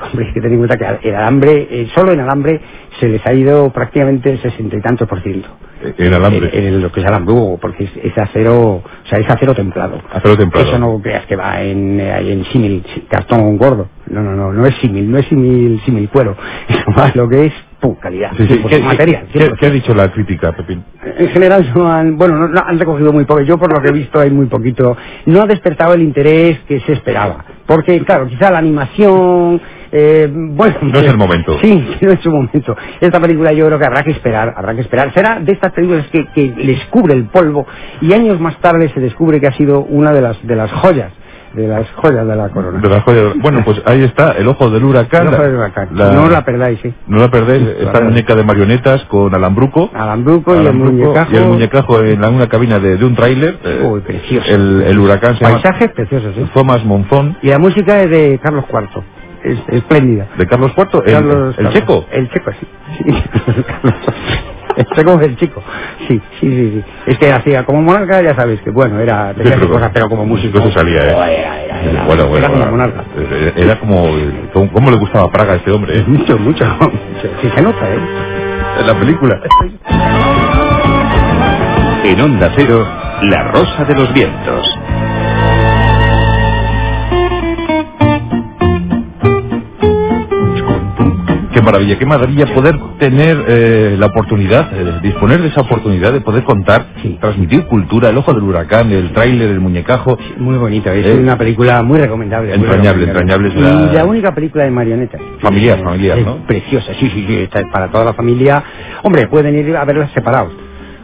Speaker 2: Hombre, es que ten en cuenta que el alambre, eh, solo en alambre se les ha ido prácticamente el sesenta y tantos por ciento.
Speaker 1: eh, en alambre.
Speaker 2: En, en lo que es alambrugo, porque es, es acero, o sea, es acero templado.
Speaker 1: Acero templado.
Speaker 2: Eso no creas que va en, eh, ahí en símil, sí, cartón gordo. No, no, no, no es símil, no es símil, símil cuero. Eso va lo que es, pum, calidad.
Speaker 1: Sí, sí.
Speaker 2: Pues,
Speaker 1: ¿Qué,
Speaker 2: material.
Speaker 1: qué- qué ha dicho la crítica, Pepín?
Speaker 2: En general no han, bueno, no, no, han recogido muy poco. Yo por lo que he visto hay muy poquito. No ha despertado el interés que se esperaba. Porque, claro, quizá la animación... eh, bueno,
Speaker 1: No es el momento.
Speaker 2: Sí, no es su momento. Esta película yo creo que habrá que esperar, habrá que esperar. Será de estas películas que, que les cubre el polvo y años más tarde se descubre que ha sido una de las, de las joyas de las joyas de la corona.
Speaker 1: De las joyas- Bueno, pues ahí está, el ojo del huracán.
Speaker 2: El ojo del huracán.
Speaker 1: la-
Speaker 2: No la perdáis, sí.
Speaker 1: No la perdéis,
Speaker 2: Sí,
Speaker 1: esta
Speaker 2: claro.
Speaker 1: muñeca de marionetas con alambruco.
Speaker 2: Alambruco y el
Speaker 1: Alambruco
Speaker 2: muñecajo.
Speaker 1: y el muñecajo en la- una cabina de, de un tráiler. eh,
Speaker 2: Uy, precioso.
Speaker 1: El, el huracán se llama
Speaker 2: Paisajes preciosos, ¿eh?
Speaker 1: Thomas Monzón,
Speaker 2: Y la música es de Carlos IV. Es espléndida.
Speaker 1: de Carlos IV, el,
Speaker 2: Carlos-
Speaker 1: el
Speaker 2: Carlos-
Speaker 1: checo.
Speaker 2: El checo, sí. sí. el checo es el chico. Sí, sí, sí, sí. Es que hacía como monarca, ya sabéis que, bueno, era...
Speaker 1: Sí,
Speaker 2: tenía sus
Speaker 1: pero-
Speaker 2: cosas, pero como músico... Oh,
Speaker 1: se salía, ¿eh?
Speaker 2: Era, era, era.
Speaker 1: bueno, bueno,
Speaker 2: Era como
Speaker 1: bueno.
Speaker 2: monarca.
Speaker 1: Eh, Era como... ¿Cómo, cómo le gustaba Praga a este hombre, eh?
Speaker 2: Mucho, mucho. mucho. Sí se nota, ¿eh?
Speaker 1: En la película.
Speaker 4: En Onda Cero, La Rosa de los Vientos.
Speaker 1: Qué maravilla, qué maravilla poder tener eh, la oportunidad, eh, disponer de esa oportunidad de poder contar,
Speaker 2: Sí.
Speaker 1: transmitir cultura, el ojo del huracán, el tráiler, el muñecajo.
Speaker 2: Muy bonito, es
Speaker 1: Eh,
Speaker 2: una película muy recomendable. muy
Speaker 1: entrañable, entrañable
Speaker 2: recomendable.
Speaker 1: es
Speaker 2: Y
Speaker 1: la-
Speaker 2: la única película de marionetas.
Speaker 1: Familiar,
Speaker 2: Eh,
Speaker 1: familiar,
Speaker 2: es
Speaker 1: ¿no?
Speaker 2: Preciosa, sí, sí, sí, está para toda la familia. Hombre, pueden ir a verlas separados.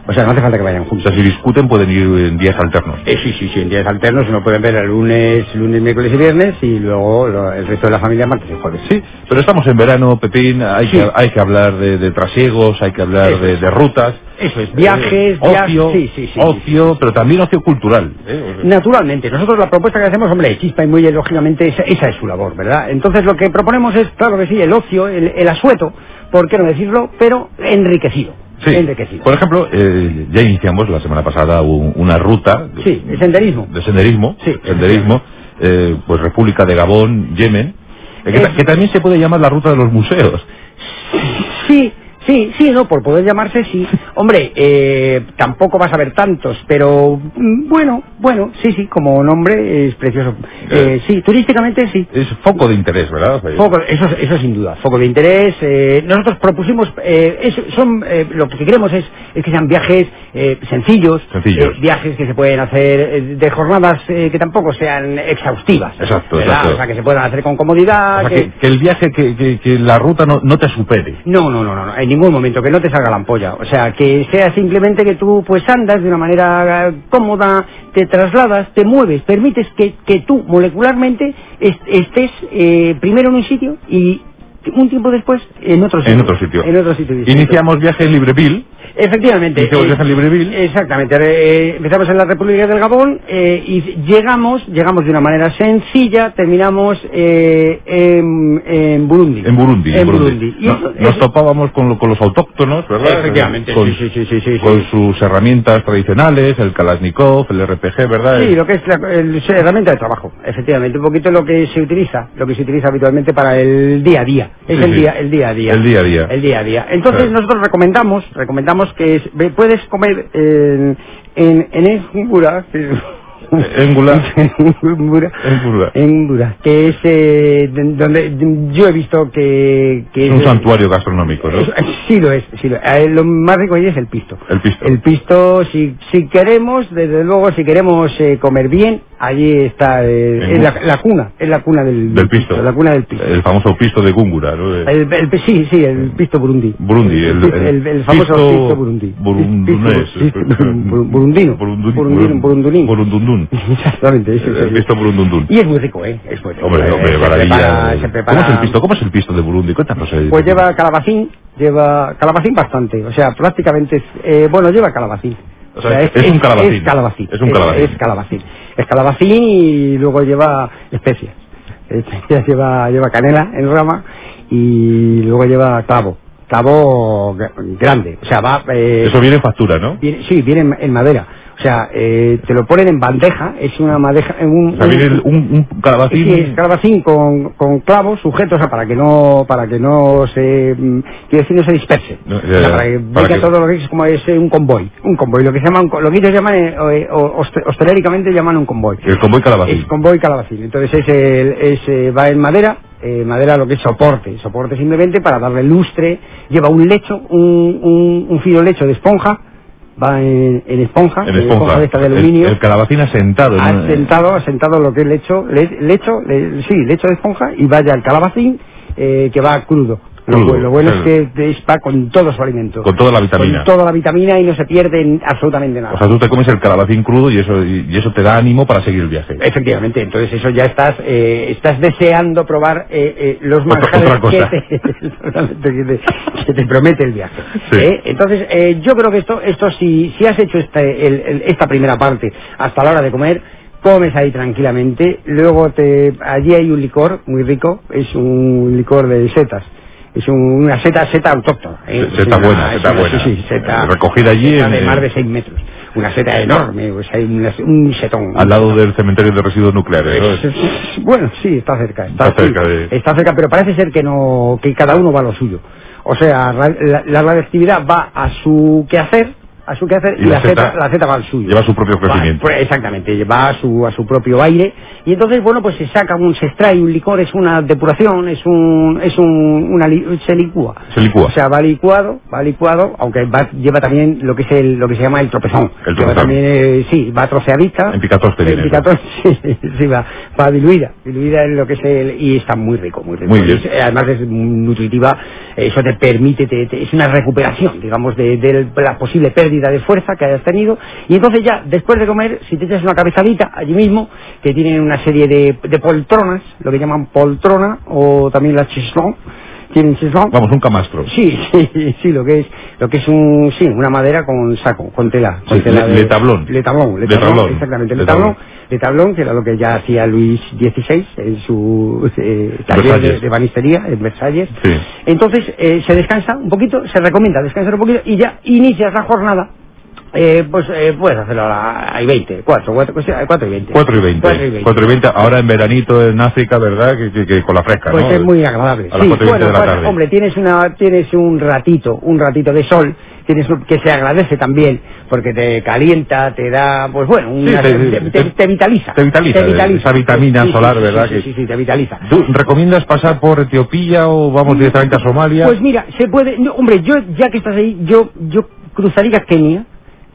Speaker 2: O sea, no hace falta que vayan
Speaker 1: O
Speaker 2: juntos.
Speaker 1: sea, si discuten pueden ir en días alternos.
Speaker 2: Eh, sí, sí, sí, en días alternos uno pueden ver el lunes, lunes, miércoles y viernes y luego lo- el resto de la familia martes y jueves.
Speaker 1: Sí, pero estamos en verano, Pepín, hay,
Speaker 2: Sí.
Speaker 1: que, hay que hablar de, de trasiegos, hay que hablar
Speaker 2: Eso
Speaker 1: de,
Speaker 2: es.
Speaker 1: de rutas.
Speaker 2: Eso es, viajes,
Speaker 1: eh,
Speaker 2: viajes,
Speaker 1: ocio,
Speaker 2: sí, sí, sí, sí,
Speaker 1: ocio, pero también ocio cultural. ¿eh?
Speaker 2: Naturalmente, nosotros la propuesta que hacemos, hombre, Chispa y Muelle, lógicamente, esa, esa es su labor, ¿verdad? Entonces lo que proponemos es, claro que sí, el ocio, el, el asueto, ¿por qué no decirlo? Pero enriquecido.
Speaker 1: Sí.
Speaker 2: Enriquecido.
Speaker 1: Por ejemplo, eh, ya iniciamos la semana pasada un- una ruta
Speaker 2: Sí, de senderismo.
Speaker 1: de senderismo,
Speaker 2: Sí.
Speaker 1: senderismo, eh, pues República de Gabón, Yemen, eh, que, ta-
Speaker 2: Es-
Speaker 1: que también se puede llamar la ruta de los museos.
Speaker 2: Sí, sí, sí, no, por poder llamarse, sí. Hombre, eh, tampoco vas a ver tantos, pero mm, bueno, bueno, sí, sí, como nombre es precioso. Eh, sí, turísticamente sí.
Speaker 1: Es foco de interés, ¿verdad?
Speaker 2: Foco- eso, eso sin duda, foco de interés. eh, nosotros propusimos, eh, es- son, eh, lo que queremos es, es que sean viajes eh, sencillos,
Speaker 1: Sencillos.
Speaker 2: eh, viajes que se pueden hacer eh, de jornadas eh, que tampoco sean exhaustivas.
Speaker 1: Exacto,
Speaker 2: ¿verdad?
Speaker 1: exacto.
Speaker 2: O sea, que se puedan hacer con comodidad.
Speaker 1: O sea,
Speaker 2: que-
Speaker 1: que, que el viaje, que, que- que la ruta no, no te supere.
Speaker 2: no, no, no, no, no, en ningún momento, que no te salga la ampolla. O sea, que sea simplemente que tú pues andas de una manera eh, cómoda, te trasladas, te mueves, permites que, que tú molecularmente es- estés eh, primero en un sitio y un tiempo después en otro sitio.
Speaker 1: En otro sitio.
Speaker 2: En otro sitio distinto.
Speaker 1: Iniciamos viaje en Libreville,
Speaker 2: Efectivamente.
Speaker 1: Hicimos
Speaker 2: eh,
Speaker 1: viaje en Libreville.
Speaker 2: Exactamente. eh, empezamos en la República del Gabón eh, y llegamos, llegamos de una manera sencilla, terminamos eh, en, en Burundi.
Speaker 1: en Burundi.
Speaker 2: En Burundi. Y
Speaker 1: No-
Speaker 2: eso-
Speaker 1: nos
Speaker 2: eso-
Speaker 1: topábamos con, lo- con los autóctonos, ¿verdad?
Speaker 2: Efectivamente,
Speaker 1: Con,
Speaker 2: sí, sí, sí, sí, sí,
Speaker 1: con
Speaker 2: sí.
Speaker 1: sus herramientas tradicionales, el Kalashnikov, el RPG, ¿verdad?
Speaker 2: Sí, lo que es la el- es herramienta de trabajo, efectivamente, un poquito lo que se utiliza, lo que se utiliza habitualmente para el día a día, es
Speaker 1: Sí,
Speaker 2: el,
Speaker 1: sí.
Speaker 2: día, el día a día.
Speaker 1: El día a día.
Speaker 2: El día a día. Entonces
Speaker 1: Claro.
Speaker 2: nosotros recomendamos, recomendamos que es- ve- puedes comer en en en Engura, que-
Speaker 1: Engula.
Speaker 2: Engura,
Speaker 1: Engula.
Speaker 2: Engura, que es eh, de- donde yo he visto que, que
Speaker 1: es un
Speaker 2: eh,
Speaker 1: santuario gastronómico, ¿no?
Speaker 2: es- Sí lo es, sí lo, eh, lo más rico ahí es el pisto.
Speaker 1: El pisto.
Speaker 2: El pisto, si, si queremos, desde luego, si queremos eh, comer bien, allí está, eh,
Speaker 1: En
Speaker 2: es la,
Speaker 1: Gúngura.
Speaker 2: la cuna, es la cuna del,
Speaker 1: Del pisto.
Speaker 2: La cuna del pisto.
Speaker 1: El famoso pisto de Gúngura, ¿no? De-
Speaker 2: El- el- sí, sí, el pisto burundi.
Speaker 1: Burundi, el,
Speaker 2: el, el- el famoso pisto, burundi.
Speaker 1: burundunés.
Speaker 2: Pisto- bur- burundino.
Speaker 1: Burundun-
Speaker 2: Burundino, burundunín.
Speaker 1: Burundundún.
Speaker 2: Exactamente, ese es
Speaker 1: El
Speaker 2: el-
Speaker 1: pisto burundundún.
Speaker 2: Y es muy rico, ¿eh? Es muy rico.
Speaker 1: Hombre,
Speaker 2: Eh,
Speaker 1: hombre,
Speaker 2: se
Speaker 1: maravilla.
Speaker 2: prepara- se prepara-
Speaker 1: ¿Cómo es el pisto? ¿Cómo es el pisto de Burundi? Cuéntanos. eh,
Speaker 2: Pues lleva calabacín, lleva calabacín bastante, o sea, prácticamente, es- eh, bueno, lleva calabacín.
Speaker 1: O sea, es- es un calabacín.
Speaker 2: Es calabacín.
Speaker 1: Es un calabacín.
Speaker 2: Es, calabacín. Es calabacín y luego lleva especias. Eh, Especias lleva, lleva canela en rama y luego lleva clavo. Clavo gr- grande. O sea, va... eh,
Speaker 1: Eso viene en factura, ¿no?
Speaker 2: viene- sí, viene en, en madera. O sea, eh, te lo ponen en bandeja, es una madeja... en un-
Speaker 1: O sea, viene
Speaker 2: un-
Speaker 1: el- un, un calabacín.
Speaker 2: Sí, es calabacín con, con clavos sujetos a para que no para que no se mm, quiero decir no se disperse
Speaker 1: No, ya,
Speaker 2: O sea,
Speaker 1: ya,
Speaker 2: para que
Speaker 1: para
Speaker 2: vaya
Speaker 1: que-
Speaker 2: todo lo que es como es eh, un convoy un convoy lo que se llama un co- lo que ellos llaman eh, eh, o- hoste- hosteléricamente llaman un convoy
Speaker 1: El convoy calabacín.
Speaker 2: es convoy calabacín entonces es el- es, eh, va en madera eh, madera lo que es soporte soporte simplemente para darle lustre lleva un lecho un, un, un fino lecho de esponja va en, en esponja
Speaker 1: En esponja.
Speaker 2: este de esta de
Speaker 1: El-
Speaker 2: aluminio
Speaker 1: El, calabacín asentado. en
Speaker 2: ha
Speaker 1: un-
Speaker 2: sentado, ha sentado lo que es lecho, le- lecho, le- sí, lecho de esponja y vaya el calabacín eh, que va crudo, Lo,
Speaker 1: Crudo,
Speaker 2: bu- lo bueno
Speaker 1: claro.
Speaker 2: es que es va con todo su alimento.
Speaker 1: Con toda la vitamina.
Speaker 2: Con toda la vitamina y no se pierde en absolutamente nada.
Speaker 1: O sea, tú te comes el calabacín crudo y eso, y, y eso te da ánimo para seguir el viaje.
Speaker 2: Efectivamente, entonces eso ya estás eh, estás deseando probar eh, eh, los
Speaker 1: Otra-
Speaker 2: manjares
Speaker 1: otra cosa.
Speaker 2: Que, te, exactamente, que te- que te promete el viaje.
Speaker 1: Sí.
Speaker 2: ¿eh? Entonces eh, yo creo que esto esto si si has hecho este, el- el- esta primera parte hasta la hora de comer comes ahí tranquilamente, luego te allí hay un licor muy rico, es un licor de setas. Es un- una seta, seta autóctona. ¿eh?
Speaker 1: Se- seta
Speaker 2: Es una-
Speaker 1: buena,
Speaker 2: es
Speaker 1: seta
Speaker 2: una-
Speaker 1: buena.
Speaker 2: sí, sí, seta-
Speaker 1: Recogida allí
Speaker 2: seta
Speaker 1: en-
Speaker 2: de más de 6 metros. Una seta enorme, o sea, un, un setón.
Speaker 1: Al lado del cementerio de residuos nucleares. ¿no?
Speaker 2: Es- es- Bueno, sí, está cerca. Está,
Speaker 1: Está cerca
Speaker 2: sí,
Speaker 1: de-
Speaker 2: está cerca, pero parece ser que no que cada uno va a lo suyo. O sea, ra- la, la radioactividad va a su quehacer, a su quehacer y, la, Z, la Z va al suyo.
Speaker 1: Lleva su propio
Speaker 2: Va-
Speaker 1: crecimiento.
Speaker 2: pues, exactamente, va a su, a su propio aire y entonces, bueno, pues se saca un, se extrae un licor, es una depuración, es un, es un, una, li- se licúa.
Speaker 1: Se licúa.
Speaker 2: O sea, va licuado, va licuado, aunque va- lleva también lo que es el, lo que se llama el tropezón.
Speaker 1: El
Speaker 2: Lleva
Speaker 1: tropezón.
Speaker 2: también, eh, sí, va troceadita.
Speaker 1: En picatoste
Speaker 2: En
Speaker 1: viene eso.
Speaker 2: picatoste, sí, sí, va, va diluida, diluida en lo que es el, y está muy rico, muy rico.
Speaker 1: Muy bien.
Speaker 2: Es- eh, además es nutritiva, eso te permite, te- te- es una recuperación, digamos, de, de la posible pérdida de fuerza que hayas tenido. Y entonces ya, después de comer, si te echas una cabezadita allí mismo, que tienen una serie de, de poltronas, lo que llaman poltrona, o también la chislón, tienen chislón.
Speaker 1: Vamos, un camastro.
Speaker 2: Sí, sí, sí, lo que es, lo que es un, sí, una madera con saco, con tela. con
Speaker 1: Sí,
Speaker 2: tela
Speaker 1: le- letablón.
Speaker 2: Letablón, letablón,
Speaker 1: Letablón.
Speaker 2: exactamente,
Speaker 1: Letablón.
Speaker 2: letablón. Letablón, que era lo que ya hacía Luis XVI en su eh, taller de,
Speaker 1: Versalles.
Speaker 2: de banistería en Versalles.
Speaker 1: Sí.
Speaker 2: Entonces, eh, se descansa un poquito, se recomienda descansar un poquito y ya inicias la jornada. Eh, pues eh, puedes hacerlo a la- hay 20, 4, 4, 4 y 20.
Speaker 1: 4 y 20.
Speaker 2: 4 y 20.
Speaker 1: 4 y 20, ahora en veranito en África, ¿verdad? Que, que- que con la fresca,
Speaker 2: Pues
Speaker 1: ¿no?
Speaker 2: es muy agradable.
Speaker 1: A las
Speaker 2: sí,
Speaker 1: 4 y 20
Speaker 2: bueno,
Speaker 1: de la
Speaker 2: bueno,
Speaker 1: tarde.
Speaker 2: hombre, tienes una tienes un ratito, un ratito de sol, tienes un- que se agradece también porque te calienta, te da, pues bueno, una-
Speaker 1: te-
Speaker 2: te, te-
Speaker 1: te-
Speaker 2: te vitaliza.
Speaker 1: te vitaliza, esa vitamina
Speaker 2: Sí, sí,
Speaker 1: solar,
Speaker 2: sí,
Speaker 1: ¿verdad?
Speaker 2: Sí,
Speaker 1: Que-
Speaker 2: sí, sí, te vitaliza.
Speaker 1: ¿Tú recomiendas pasar por Etiopía o vamos directamente a Somalia?
Speaker 2: Mm. Pues mira, se puede, no, hombre, yo ya que estás ahí, yo yo cruzaría Kenia,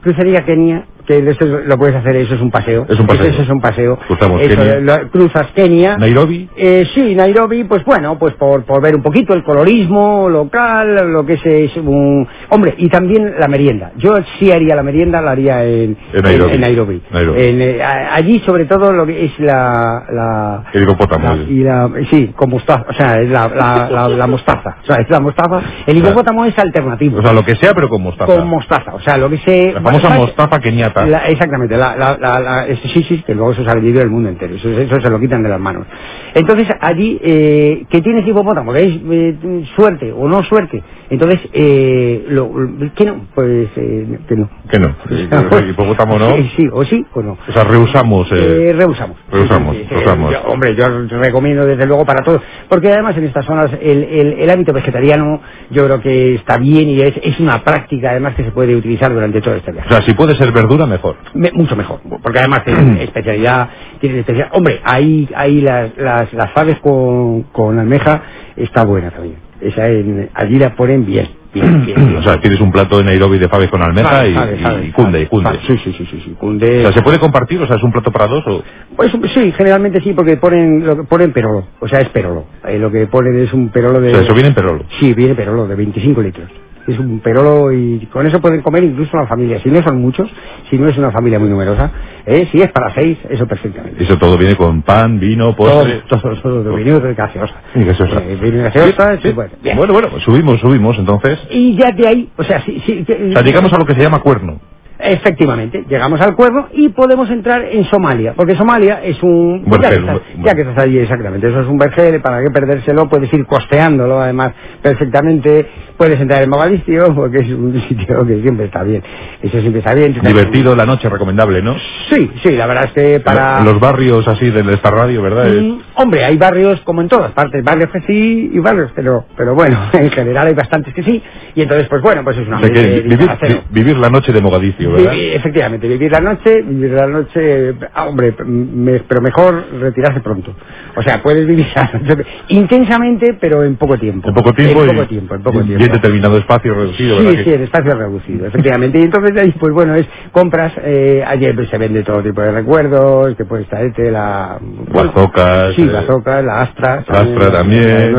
Speaker 2: cruzaría Kenia, que eso lo puedes hacer, eso es un paseo.
Speaker 1: Es un paseo.
Speaker 2: Eso, es un paseo.
Speaker 1: Cruzamos
Speaker 2: Eso,
Speaker 1: Kenia.
Speaker 2: lo- cruzas Kenia.
Speaker 1: Nairobi.
Speaker 2: Eh, sí, Nairobi, pues bueno, pues por, por ver un poquito el colorismo local, lo que es, es un... Hombre, y también la merienda. Yo sí haría la merienda, la haría en,
Speaker 1: En Nairobi.
Speaker 2: En, Nairobi.
Speaker 1: Nairobi.
Speaker 2: En, eh, a- allí sobre todo lo que es la... la
Speaker 1: El hipopótamo.
Speaker 2: la- y la, sí, con mostaza, o sea, es la, la, la, la mostaza. O sea, es la mostaza. El
Speaker 1: Claro.
Speaker 2: hipopótamo es alternativo.
Speaker 1: O sea, lo que sea, pero con mostaza.
Speaker 2: con mostaza, o sea, lo que se...
Speaker 1: La famosa
Speaker 2: va- va-
Speaker 1: mostaza keniata.
Speaker 2: la- exactamente, la, la, la, la- es- sí, sí, que luego eso se ha vendido el mundo entero, eso, eso se lo quitan de las manos. Entonces, allí, eh, que tienes hipopótamo, que es eh, suerte o no suerte, entonces, eh, lo, que no, pues eh, que no.
Speaker 1: Que no. pues, El hipopótamo no.
Speaker 2: Sí, sí, o sí, o no.
Speaker 1: O sea, rehusamos. eh,
Speaker 2: Eh, rehusamos.
Speaker 1: Rehusamos,
Speaker 2: Sí, sí, sí.
Speaker 1: rehusamos.
Speaker 2: Yo- hombre, yo recomiendo desde luego para todos, porque además en estas zonas el, el, el hábito vegetariano yo creo que está bien y es, es una práctica además que se puede utilizar durante todo este viaje.
Speaker 1: O sea, si puede ser verdura, mejor.
Speaker 2: Me- mucho mejor, porque además tienen especialidad, tienen especialidad. Hombre, ahí, ahí las, las, las aves con, con almeja está buena también. Esa en, allí la ponen bien, bien, bien. bien.
Speaker 1: O sea, tienes un plato de Nairobi de faves con almeja
Speaker 2: Vale,
Speaker 1: y,
Speaker 2: vale,
Speaker 1: y-
Speaker 2: vale,
Speaker 1: y cunde,
Speaker 2: vale,
Speaker 1: y cunde.
Speaker 2: vale. Sí, sí, sí, sí, sí,
Speaker 1: O
Speaker 2: cunde.
Speaker 1: sea, ¿se puede compartir? O sea, ¿es un plato para dos o...?
Speaker 2: Pues sí, generalmente sí, porque ponen, lo que ponen perolo, o sea, es perolo. Eh, lo que ponen es un perolo
Speaker 1: O
Speaker 2: de...
Speaker 1: sea, eso viene en perolo.
Speaker 2: Sí, viene perolo, de 25 litros. Es un perolo y con eso pueden comer incluso una familia. Si no son muchos, si no es una familia muy numerosa, eh, si es para seis, eso perfectamente.
Speaker 1: Eso todo viene con pan, vino, postre...
Speaker 2: Todo, todo, todo, todo. Vinilo de gaseosa.
Speaker 1: Pues Y gaseosa.
Speaker 2: Eh, vinilo de gaseosa,
Speaker 1: Sí,
Speaker 2: sí, bueno, bien.
Speaker 1: Bueno, bueno, subimos, subimos, entonces.
Speaker 2: Y ya de ahí, o sea, sí, sí, que-
Speaker 1: O sea, llegamos a lo que se llama cuerno.
Speaker 2: Efectivamente, llegamos al cuerno y podemos entrar en Somalia, porque Somalia es un...
Speaker 1: Un
Speaker 2: ya, que
Speaker 1: vergel,
Speaker 2: estás,
Speaker 1: un-
Speaker 2: ya que estás allí, exactamente, eso es un vergel, para qué perdérselo, puedes ir costeándolo además perfectamente, puedes entrar en Mogadiscio, porque es un sitio que siempre está bien, eso siempre está bien.
Speaker 1: Divertido la noche, recomendable, ¿no?
Speaker 2: Sí, sí, la verdad es que para...
Speaker 1: En Los barrios así de esta radio, ¿verdad? Es-
Speaker 2: Mm, hombre, hay barrios como en todas partes, barrios que sí y barrios que no, pero bueno, en general hay bastantes que sí, y entonces pues bueno, pues es una...
Speaker 1: O sea, que
Speaker 2: ambiente
Speaker 1: vi- vivir,
Speaker 2: disfrazero.
Speaker 1: vi- vivir la noche de Mogadiscio. ¿verdad?
Speaker 2: Vivi- efectivamente, vivir la noche, vivir la noche, ah, hombre, me- pero mejor retirarse pronto. O sea, puedes vivir la noche intensamente, pero en poco tiempo.
Speaker 1: En poco tiempo,
Speaker 2: En
Speaker 1: y-
Speaker 2: poco tiempo, en poco
Speaker 1: y- y en
Speaker 2: tiempo.
Speaker 1: determinado espacio reducido,
Speaker 2: Sí,
Speaker 1: ¿verdad?
Speaker 2: sí,
Speaker 1: Que-
Speaker 2: el espacio reducido, efectivamente. Y entonces ahí, pues bueno, es compras, eh, ayer pues, se vende todo tipo de recuerdos, que puede estar este, la...
Speaker 1: Bazocas,
Speaker 2: Sí,
Speaker 1: eh,
Speaker 2: la zoca, la astra.
Speaker 1: la Astra también.
Speaker 2: El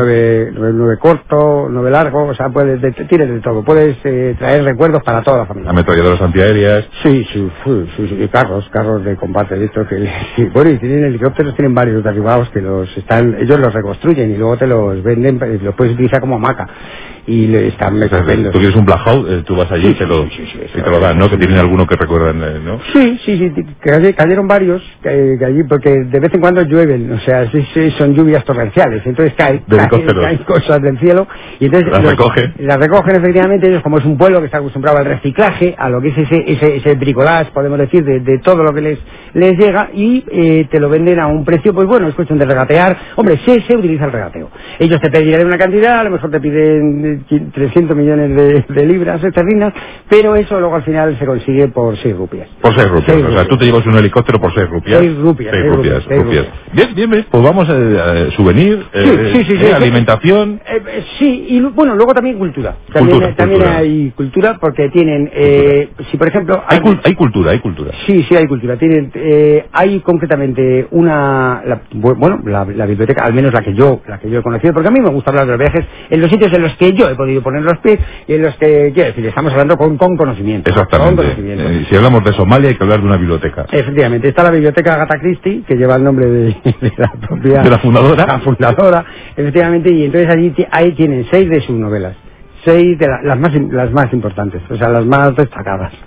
Speaker 2: 9, corto, 9 largo, o sea, puedes, de- tienes de todo. Puedes eh, traer recuerdos para toda la familia.
Speaker 1: Ametralladoras antiaéreas.
Speaker 2: Sí, sí, sí, sí, sí, y carros, carros de combate de estos que... sí, bueno, y tienen helicópteros, tienen varios derribados que los están... Ellos los reconstruyen y luego te los venden, eh, los puedes utilizar como hamaca. Y le- están
Speaker 1: O sea,
Speaker 2: estupendos.
Speaker 1: tú quieres un blackout, eh, tú vas allí y te lo, y te lo dan, ¿no? Que tienen alguno que recuerdan, eh, ¿no?
Speaker 2: Sí, sí, sí, que calle- cayeron varios que, que allí, porque de vez en cuando llueven, o sea, sí, sí, son lluvias torrenciales, entonces caen,
Speaker 1: De
Speaker 2: caen,
Speaker 1: helicópteros.
Speaker 2: caen cosas del cielo y entonces
Speaker 1: Las recogen.
Speaker 2: las recogen efectivamente, ellos como es un pueblo que está acostumbrado al reciclaje, a lo que es ese, ese, ese bricolage, podemos decir, de, de todo lo que les les llega y eh, te lo venden a un precio, pues bueno, es cuestión de regatear, hombre, se, se utiliza el regateo. Ellos te pedirán una cantidad, a lo mejor te piden eh, qui- 300 millones de, de libras esterlinas, pero eso luego al final se consigue por 6 rupias.
Speaker 1: Por seis rupias.
Speaker 2: Seis
Speaker 1: o sea, tú te llevas un helicóptero por seis rupias.
Speaker 2: Seis rupias,
Speaker 1: Seis
Speaker 2: seis
Speaker 1: rupias,
Speaker 2: rupias, seis
Speaker 1: rupias. Bien, bien, bien. Pues vamos a, a souvenir, eh,
Speaker 2: sí, sí, sí,
Speaker 1: eh,
Speaker 2: sí.
Speaker 1: alimentación.
Speaker 2: Eh, eh, sí, y lu- bueno, luego también cultura. También,
Speaker 1: Cultura,
Speaker 2: eh, también
Speaker 1: cultura.
Speaker 2: hay cultura porque tienen, eh, si por ejemplo...
Speaker 1: Hay,
Speaker 2: alguien-
Speaker 1: cul- hay cultura, hay cultura.
Speaker 2: Sí, sí, hay cultura. Tienen, eh, hay concretamente una, la- bu- bueno, la, la biblioteca, al menos la que yo, la que yo he conocido, porque a mí me gusta hablar de los viajes en los sitios en los que yo he podido poner los pies y en los que, quiero decir, estamos hablando con, con conocimiento. Con
Speaker 1: Exactamente.
Speaker 2: conocimiento.
Speaker 1: Eh, si hablamos de Somalia hay que hablar de una biblioteca.
Speaker 2: Eh, Efectivamente, está la biblioteca Agatha Christie, que lleva el nombre de, de la propia...
Speaker 1: De la fundadora.
Speaker 2: La fundadora, efectivamente, y entonces allí ti- ahí tienen seis de sus novelas. Seis de la- las más im- las más importantes, o sea, las más destacadas.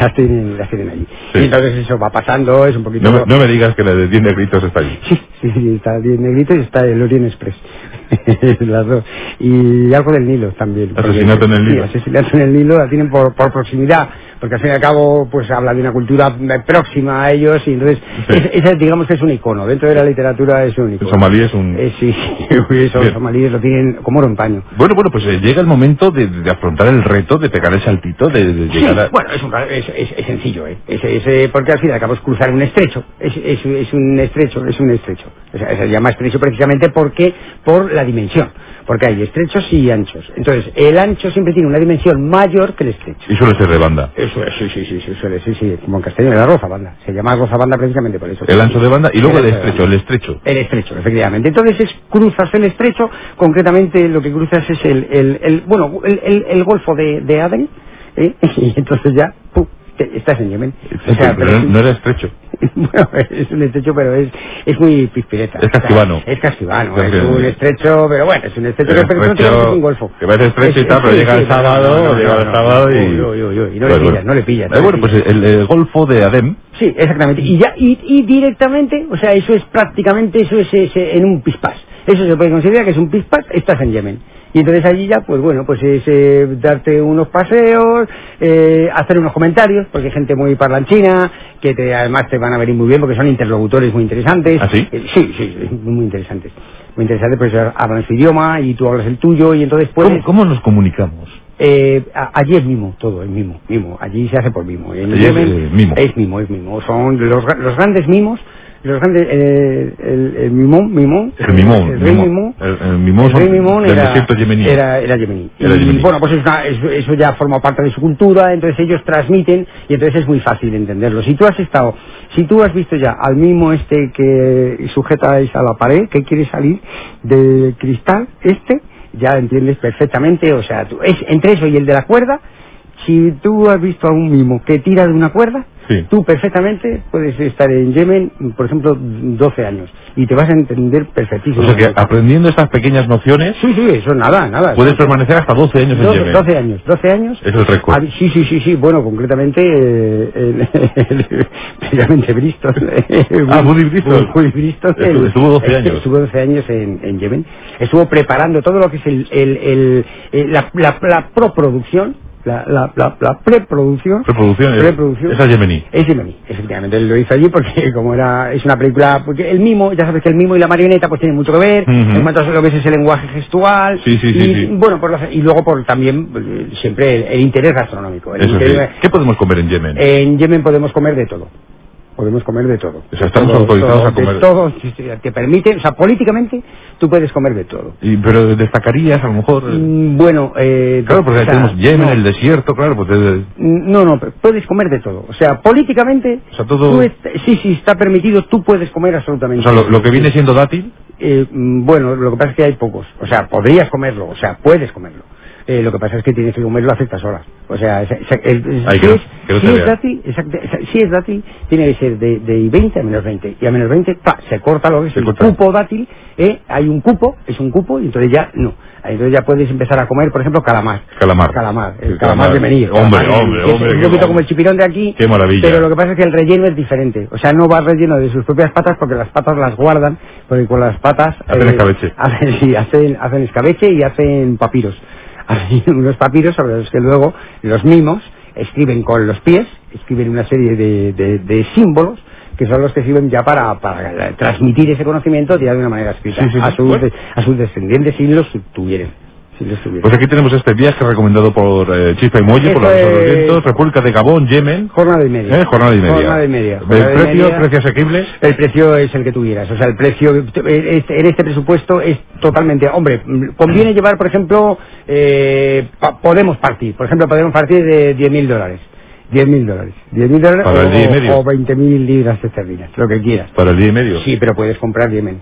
Speaker 2: Las tienen, las tienen allí.
Speaker 1: Sí.
Speaker 2: Y entonces eso va pasando, es un poquito...
Speaker 1: No, me- no me digas que la de 10 negritos está allí.
Speaker 2: Sí, sí, sí, está el Negrito y está el Orient Express. Las dos. Y algo del Nilo también. porque-
Speaker 1: Asesinato en el Nilo.
Speaker 2: Sí, asesinato en el Nilo la tienen por, por proximidad, porque al fin y al cabo pues habla de una cultura eh, próxima a ellos y entonces
Speaker 1: Sí.
Speaker 2: es- esa digamos que es un icono, dentro de la literatura es un
Speaker 1: El
Speaker 2: icono.
Speaker 1: somalí es un...
Speaker 2: Eh, sí, sí, uy, eso,
Speaker 1: Bien.
Speaker 2: los somalíes lo tienen como oro en paño.
Speaker 1: Bueno, bueno, pues eh, llega el momento de, de afrontar el reto, de pegar el saltito, de, de
Speaker 2: Sí,
Speaker 1: llegar a...
Speaker 2: bueno, es, un- es- es- es sencillo, ¿eh? Es, es, eh, porque al fin y al cabo es cruzar un estrecho. Es, es- es un estrecho, es un estrecho. O sea, se llama estrecho precisamente porque, por la dimensión. Porque hay estrechos y anchos. Entonces, el ancho siempre tiene una dimensión mayor que el estrecho.
Speaker 1: Y suele ser de banda.
Speaker 2: Eso es, sí, sí, sí, sí, suele, sí, sí, como en castellano, la rozabanda. Se llama rozabanda precisamente por eso.
Speaker 1: El ancho de banda y luego el
Speaker 2: ancho de
Speaker 1: estrecho, el estrecho.
Speaker 2: el estrecho, efectivamente. Entonces es, cruzas el estrecho, concretamente lo que cruzas es el, el, el- bueno, el, el- el golfo de, de Aden, ¿eh? y entonces ya, ¡pum! te- estás en Yemen. O sea, pero
Speaker 1: Pero
Speaker 2: es
Speaker 1: no,
Speaker 2: un-
Speaker 1: no era estrecho.
Speaker 2: bueno, es un estrecho, pero es, es muy pispireta.
Speaker 1: Es casquivano.
Speaker 2: O sea, Es casquivano,
Speaker 1: Es
Speaker 2: es,
Speaker 1: que-
Speaker 2: un estrecho, pero bueno, es un estrecho,
Speaker 1: El
Speaker 2: que- pero no
Speaker 1: estrecho-
Speaker 2: tiene que ser un golfo. Eh,
Speaker 1: que parece estrecho y tal, pero llega el sábado, llega el sábado y-
Speaker 2: Uy, uy, uy, uy,
Speaker 1: Pues
Speaker 2: y no le
Speaker 1: bueno.
Speaker 2: pillas, no le pillas. no
Speaker 1: Eh,
Speaker 2: le
Speaker 1: bueno,
Speaker 2: pillas.
Speaker 1: pues el, el golfo de Adem,
Speaker 2: Sí, exactamente. Y ya y, y directamente, o sea, eso es prácticamente, eso es, es, eh, en un pispás. Eso se puede considerar que es un pispás, estás en Yemen. Y entonces allí ya, pues bueno, pues es eh, darte unos paseos, eh, hacer unos comentarios, porque hay gente muy parlanchina, que te, además te van a venir muy bien porque son interlocutores muy interesantes.
Speaker 1: ¿Ah, sí?
Speaker 2: Eh, sí, sí, sí, muy interesantes. Muy interesantes, pues hablan su idioma y tú hablas el tuyo y entonces puedes...
Speaker 1: ¿cómo, cómo nos comunicamos?
Speaker 2: Eh, a- allí es mimo, todo es mimo, mimo. Allí se hace por mimo. En
Speaker 1: Allí es,
Speaker 2: Yemen
Speaker 1: eh, mimo.
Speaker 2: Es mimo, es mimo. Son los, gra- los grandes mimos, los grandes, eh, el, el mimón, mimón.
Speaker 1: El mimón.
Speaker 2: El rey
Speaker 1: mimón.
Speaker 2: mimón.
Speaker 1: El, el mimón,
Speaker 2: El rey
Speaker 1: son
Speaker 2: mimón
Speaker 1: del
Speaker 2: era,
Speaker 1: desierto yemení.
Speaker 2: era, era yemení.
Speaker 1: Era
Speaker 2: y
Speaker 1: yemení.
Speaker 2: bueno, pues es una- es- eso ya forma parte de su cultura, entonces ellos transmiten y entonces es muy fácil entenderlo. Si tú has estado, si tú has visto ya al mimo este que sujetáis a la pared, que quiere salir del cristal, este, ya entiendes perfectamente, o sea, tú, es entre eso y el de la cuerda, si tú has visto a un mimo que tira de una cuerda,
Speaker 1: Sí.
Speaker 2: tú perfectamente puedes estar en Yemen, por ejemplo, 12 años, y te vas a entender perfectísimo.
Speaker 1: O sea que aprendiendo estas pequeñas nociones,
Speaker 2: Sí, sí, eso nada, nada.
Speaker 1: puedes permanecer hasta 12 años en
Speaker 2: 12,
Speaker 1: Yemen.
Speaker 2: 12 años, 12 años.
Speaker 1: Es el récord.
Speaker 2: Ah, sí, sí, sí, sí, bueno, concretamente, eh, el- el- precisamente Bristol. eh,
Speaker 1: Ah, Woody Bristol.
Speaker 2: Woody Bristol.
Speaker 1: Estuvo-
Speaker 2: el-
Speaker 1: estuvo 12 años.
Speaker 2: Estuvo 12 años en, en Yemen. Estuvo preparando todo lo que es el, el- el- eh, la, la- la proproducción la, la, la, la preproducción.
Speaker 1: Preproducción, es-
Speaker 2: Preproducción.
Speaker 1: esa es yemení.
Speaker 2: Es yemení, efectivamente. Él lo hizo allí porque, como era, es una película. Porque el mimo, ya sabes que el mimo y la marioneta pues tienen mucho que ver.
Speaker 1: Ujú.
Speaker 2: En cuanto a lo que es ese lenguaje gestual.
Speaker 1: Sí, sí, sí,
Speaker 2: Y,
Speaker 1: sí.
Speaker 2: Bueno, por las- y luego por también, eh, siempre, el, el interés gastronómico. El
Speaker 1: Eso sí.
Speaker 2: interés-
Speaker 1: ¿Qué podemos comer en Yemen?
Speaker 2: en Yemen podemos comer de todo. Podemos comer de todo.
Speaker 1: O sea, estamos
Speaker 2: Todo,
Speaker 1: autorizados
Speaker 2: todo,
Speaker 1: a comer.
Speaker 2: De todo, si te- te permite, o sea, políticamente tú puedes comer de todo.
Speaker 1: Y- pero destacarías a lo mejor... eh,
Speaker 2: Mm, Bueno, eh,
Speaker 1: Claro, porque
Speaker 2: o sea,
Speaker 1: tenemos Yemen,
Speaker 2: no. mm,
Speaker 1: el desierto, claro, pues... eh,
Speaker 2: No, no, pero puedes comer de todo. O sea, políticamente.
Speaker 1: O sea, todo-
Speaker 2: tú est- sí, sí, está permitido, tú puedes comer
Speaker 1: o
Speaker 2: absolutamente.
Speaker 1: sea, lo, lo que
Speaker 2: todo.
Speaker 1: viene siendo dátil...
Speaker 2: Eh, mm, bueno, lo que pasa es que hay pocos. O sea, podrías comerlo, o sea, puedes comerlo. Eh, lo que pasa es que tienes que comerlo a ciertas horas. O sea, es- es- el-
Speaker 1: Ay,
Speaker 2: si,
Speaker 1: que no-
Speaker 2: es,
Speaker 1: que no
Speaker 2: si
Speaker 1: te
Speaker 2: es
Speaker 1: vean.
Speaker 2: dátil, exacto, es- si es dátil, tiene que ser de, de 20 a menos 20. Y a menos 20, pa, se corta lo que es
Speaker 1: Se
Speaker 2: el
Speaker 1: corta.
Speaker 2: cupo dátil. eh, hay un cupo, es un cupo, y entonces ya no. Entonces ya puedes empezar a comer, por ejemplo, calamar.
Speaker 1: Calamar.
Speaker 2: Calamar. El
Speaker 1: El
Speaker 2: calamar,
Speaker 1: calamar.
Speaker 2: de Menir.
Speaker 1: Hombre,
Speaker 2: calamar de
Speaker 1: hombre,
Speaker 2: Menir, que es
Speaker 1: hombre,
Speaker 2: Un
Speaker 1: qué
Speaker 2: poquito como
Speaker 1: hombre.
Speaker 2: el chipirón de aquí.
Speaker 1: Qué maravilla.
Speaker 2: Pero lo que pasa es que el relleno es diferente. O sea, no va relleno de sus propias patas porque las patas las guardan, porque con las patas... eh,
Speaker 1: Hacen escabeche.
Speaker 2: Hacen, sí, hacen, hacen escabeche y hacen papiros. Hacen unos papiros sobre los que luego los mimos escriben con los pies, escriben una serie de, de- de símbolos que son los que sirven ya para, para eh, transmitir ese conocimiento ya de una manera escrita
Speaker 1: Sí, sí, sí.
Speaker 2: a, sus,
Speaker 1: Bueno.
Speaker 2: a sus descendientes si los tuvieran. Si los tuvieran.
Speaker 1: Pues aquí tenemos este viaje recomendado por eh, Chispa y Molle, por la
Speaker 2: Eso
Speaker 1: Rosa de los
Speaker 2: es-
Speaker 1: Vientos, República de Gabón, Yemen.
Speaker 2: Jornada y media.
Speaker 1: Eh, jornada y media.
Speaker 2: Jornada y media.
Speaker 1: ¿El
Speaker 2: Jornada y
Speaker 1: precio,
Speaker 2: media.
Speaker 1: precio asequible?
Speaker 2: El precio es el que tuvieras. O sea, el precio eh, este- en este presupuesto es totalmente. Hombre, mm, conviene llevar, por ejemplo, eh, pa- podemos partir. Por ejemplo, podemos partir de 10.000 dólares. 10.000 dólares. 10.000 dólares
Speaker 1: Para el día y medio.
Speaker 2: o, o 20.000 libras esterlinas, lo que quieras.
Speaker 1: Para el día y medio.
Speaker 2: Sí, pero puedes comprar Yemen.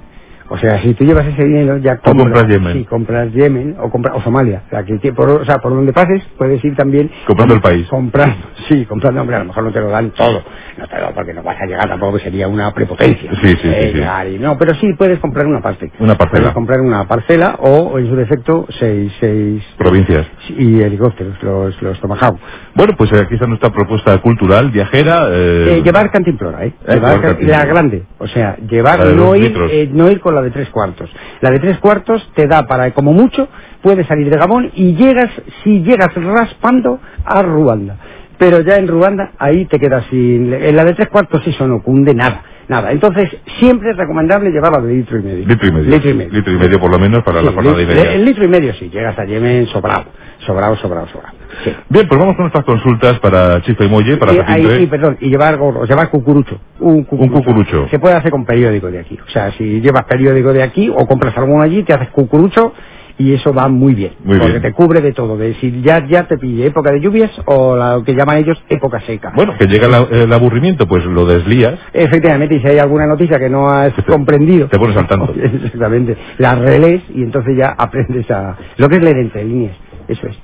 Speaker 2: O sea, si tú llevas ese dinero, ya
Speaker 1: Tú
Speaker 2: compras.
Speaker 1: compras Yemen.
Speaker 2: Sí, compras Yemen o, compra, o Somalia. La que, que por, o sea, por donde pases, puedes ir también.
Speaker 1: Comprando el país.
Speaker 2: Comprando, sí, comprando. Hombre, a lo mejor no te lo dan todo. No te lo dan porque no vas a llegar tampoco, que sería una prepotencia.
Speaker 1: Sí, sí, sí, sí.
Speaker 2: llegar y- no, pero sí puedes comprar una parte.
Speaker 1: Una parcela.
Speaker 2: Puedes comprar una parcela o, en su defecto, seis. seis
Speaker 1: Provincias.
Speaker 2: y helicópteros, los, los Tomahawk.
Speaker 1: Bueno, pues eh, aquí está nuestra propuesta cultural, viajera. eh,
Speaker 2: Eh, llevar cantimplora, ¿eh?
Speaker 1: Eh,
Speaker 2: Llevar
Speaker 1: llevar
Speaker 2: ca-
Speaker 1: cantimplora.
Speaker 2: La grande. O sea, llevar,
Speaker 1: La de
Speaker 2: no
Speaker 1: dos
Speaker 2: ir,
Speaker 1: litros.
Speaker 2: eh, no ir con la de tres cuartos. La de tres cuartos te da para, como mucho, puedes salir de Gabón y llegas, si llegas raspando, a Ruanda. Pero ya en Ruanda, ahí te quedas sin... En la de tres cuartos eso no cunde nada. Nada. Entonces, siempre es recomendable llevar la de litro y medio.
Speaker 1: Litro y medio.
Speaker 2: Litro y medio.
Speaker 1: Litro y medio por lo menos para
Speaker 2: Sí,
Speaker 1: la jornada y
Speaker 2: lit-
Speaker 1: media.
Speaker 2: El litro y medio, sí. Llegas a Yemen sobrado. Sobrado, sobrado, sobrado. Sí.
Speaker 1: Bien, pues vamos con nuestras consultas para Chispa y Molle, para
Speaker 2: Y-
Speaker 1: Jacinto,
Speaker 2: ahí,
Speaker 1: ¿eh?
Speaker 2: sí, perdón, y llevar gorro, llevar cucurucho. Un cucurucho.
Speaker 1: Un cucurucho.
Speaker 2: Se puede hacer con periódico de aquí. O sea, si llevas periódico de aquí o compras alguno allí, te haces cucurucho y eso va muy bien.
Speaker 1: Muy
Speaker 2: porque
Speaker 1: bien.
Speaker 2: te cubre de todo. De si ya, ya te pille época de lluvias o la- lo que llaman ellos época seca.
Speaker 1: Bueno, que llega la- el aburrimiento, pues lo deslías.
Speaker 2: Efectivamente, y si hay alguna noticia que no has comprendido.
Speaker 1: Te pones al tanto.
Speaker 2: Exactamente. La relés y entonces ya aprendes a. Lo que es leer entre líneas. Eso es.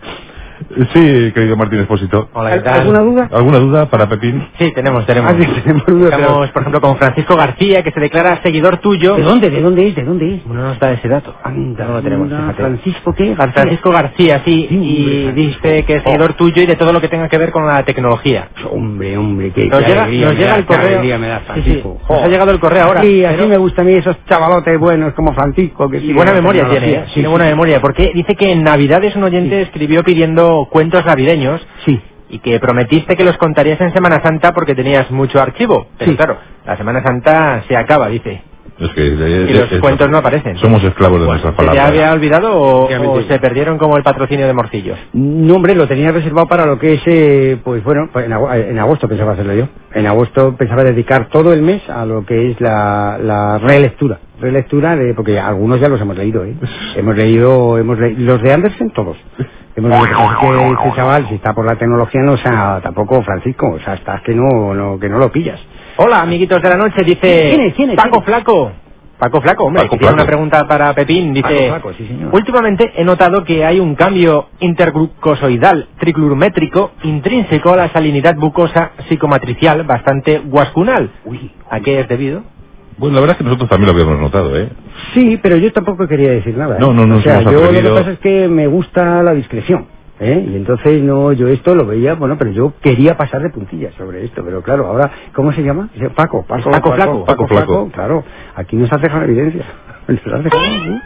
Speaker 1: Sí, querido Martín Espósito.
Speaker 5: Hola, ¿qué tal?
Speaker 2: ¿Alguna duda?
Speaker 1: ¿Alguna duda para Pepín?
Speaker 5: Sí, tenemos, tenemos.
Speaker 2: Ah, sí, tenemos dudas,
Speaker 5: Estamos,
Speaker 2: pero-
Speaker 5: por ejemplo, con Francisco García, que se declara seguidor tuyo.
Speaker 2: ¿De dónde? ¿De dónde es? ¿De dónde es?
Speaker 5: No nos da ese dato. no lo tenemos,
Speaker 2: anda,
Speaker 5: fíjate.
Speaker 2: Francisco, ¿qué? García.
Speaker 5: Francisco García, sí,
Speaker 2: Sí,
Speaker 5: y
Speaker 2: hombre,
Speaker 5: dice
Speaker 2: Francisco. Oh.
Speaker 5: que es seguidor tuyo y de todo lo que tenga que ver con la tecnología.
Speaker 2: Hombre, hombre, qué,
Speaker 5: Nos
Speaker 2: qué
Speaker 5: llega-
Speaker 2: alegría
Speaker 5: nos
Speaker 2: me
Speaker 5: llega
Speaker 2: da,
Speaker 5: el
Speaker 2: qué
Speaker 5: correo.
Speaker 2: alegría me da,
Speaker 5: Sí, sí.
Speaker 2: Francisco.
Speaker 5: Nos ha llegado el correo ahora.
Speaker 2: Sí, así
Speaker 5: Pero-
Speaker 2: me gustan a mí esos chavalotes buenos como Francisco. Que
Speaker 5: Y
Speaker 2: siguen
Speaker 5: buena
Speaker 2: la
Speaker 5: memoria
Speaker 2: tecnología.
Speaker 5: tiene, ¿eh?
Speaker 2: Sí,
Speaker 5: tiene
Speaker 2: sí.
Speaker 5: buena memoria, porque dice que en Navidades un oyente escribió pidiendo cuentos navideños
Speaker 2: Sí.
Speaker 5: y que prometiste que los contarías en Semana Santa porque tenías mucho archivo. Pero
Speaker 2: Sí.
Speaker 5: claro, la Semana Santa se acaba, dice.
Speaker 1: Es que, eh,
Speaker 5: Y los cuentos no aparecen.
Speaker 1: Somos esclavos de nuestras
Speaker 5: ¿Se te
Speaker 1: palabras.
Speaker 5: había olvidado o,
Speaker 2: Efectivamente.
Speaker 5: o se perdieron como el patrocinio de Morcillos?
Speaker 2: No, hombre, lo tenía reservado para lo que es, eh, pues bueno, pues en, ago- en agosto pensaba hacerlo yo. En agosto pensaba dedicar todo el mes a lo que es la, la relectura. Relectura de, porque algunos ya los hemos leído, ¿eh? Hemos leído, hemos leído, los de Andersen todos. Hemos leído, así que este chaval, si está por la tecnología, no, o sea, tampoco Francisco, o sea, estás que no, no, que no lo pillas.
Speaker 5: Hola, amiguitos de la noche, dice
Speaker 2: ¿Quién es? ¿Quién es? ¿Quién
Speaker 5: Paco
Speaker 2: es?
Speaker 5: Flaco. Paco Flaco, hombre,
Speaker 1: Paco
Speaker 5: que tiene
Speaker 1: Flaco.
Speaker 5: una pregunta para Pepín. Dice,
Speaker 2: Paco Flaco, sí, señor.
Speaker 5: últimamente he notado que hay un cambio interglucosoidal triclurométrico intrínseco a la salinidad bucosa psicomatricial bastante guascunal. ¿A qué es debido?
Speaker 1: Bueno, la verdad es que nosotros también lo habíamos notado, ¿eh?
Speaker 2: Sí, pero yo tampoco quería decir nada. ¿eh?
Speaker 1: No, no, no
Speaker 2: O sea,
Speaker 1: somos
Speaker 2: yo lo que
Speaker 1: atrevidos.
Speaker 2: pasa es que me gusta la discreción. ¿eh? Y entonces no, yo esto lo veía, bueno, pero yo quería pasar de puntillas sobre esto. Pero claro, ahora, ¿cómo se llama? Dice, Paco, Paco,
Speaker 5: Paco Flaco.
Speaker 1: Paco Flaco.
Speaker 2: Claro, aquí nos hace dejar evidencia. Nos has dejado, ¿sí?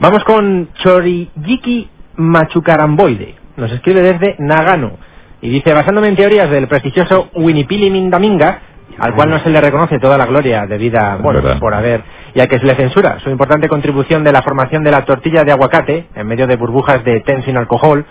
Speaker 5: Vamos con Choriyiki machucaramboide. nos escribe desde Nagano y dice, basándome en teorías del prestigioso Winipili Mindaminga, al cual no se le reconoce toda la gloria debida bueno,
Speaker 1: Verdad.
Speaker 5: por haber, y al que se le censura su importante contribución de la formación de la tortilla de aguacate en medio de burbujas de ten sin alcohol,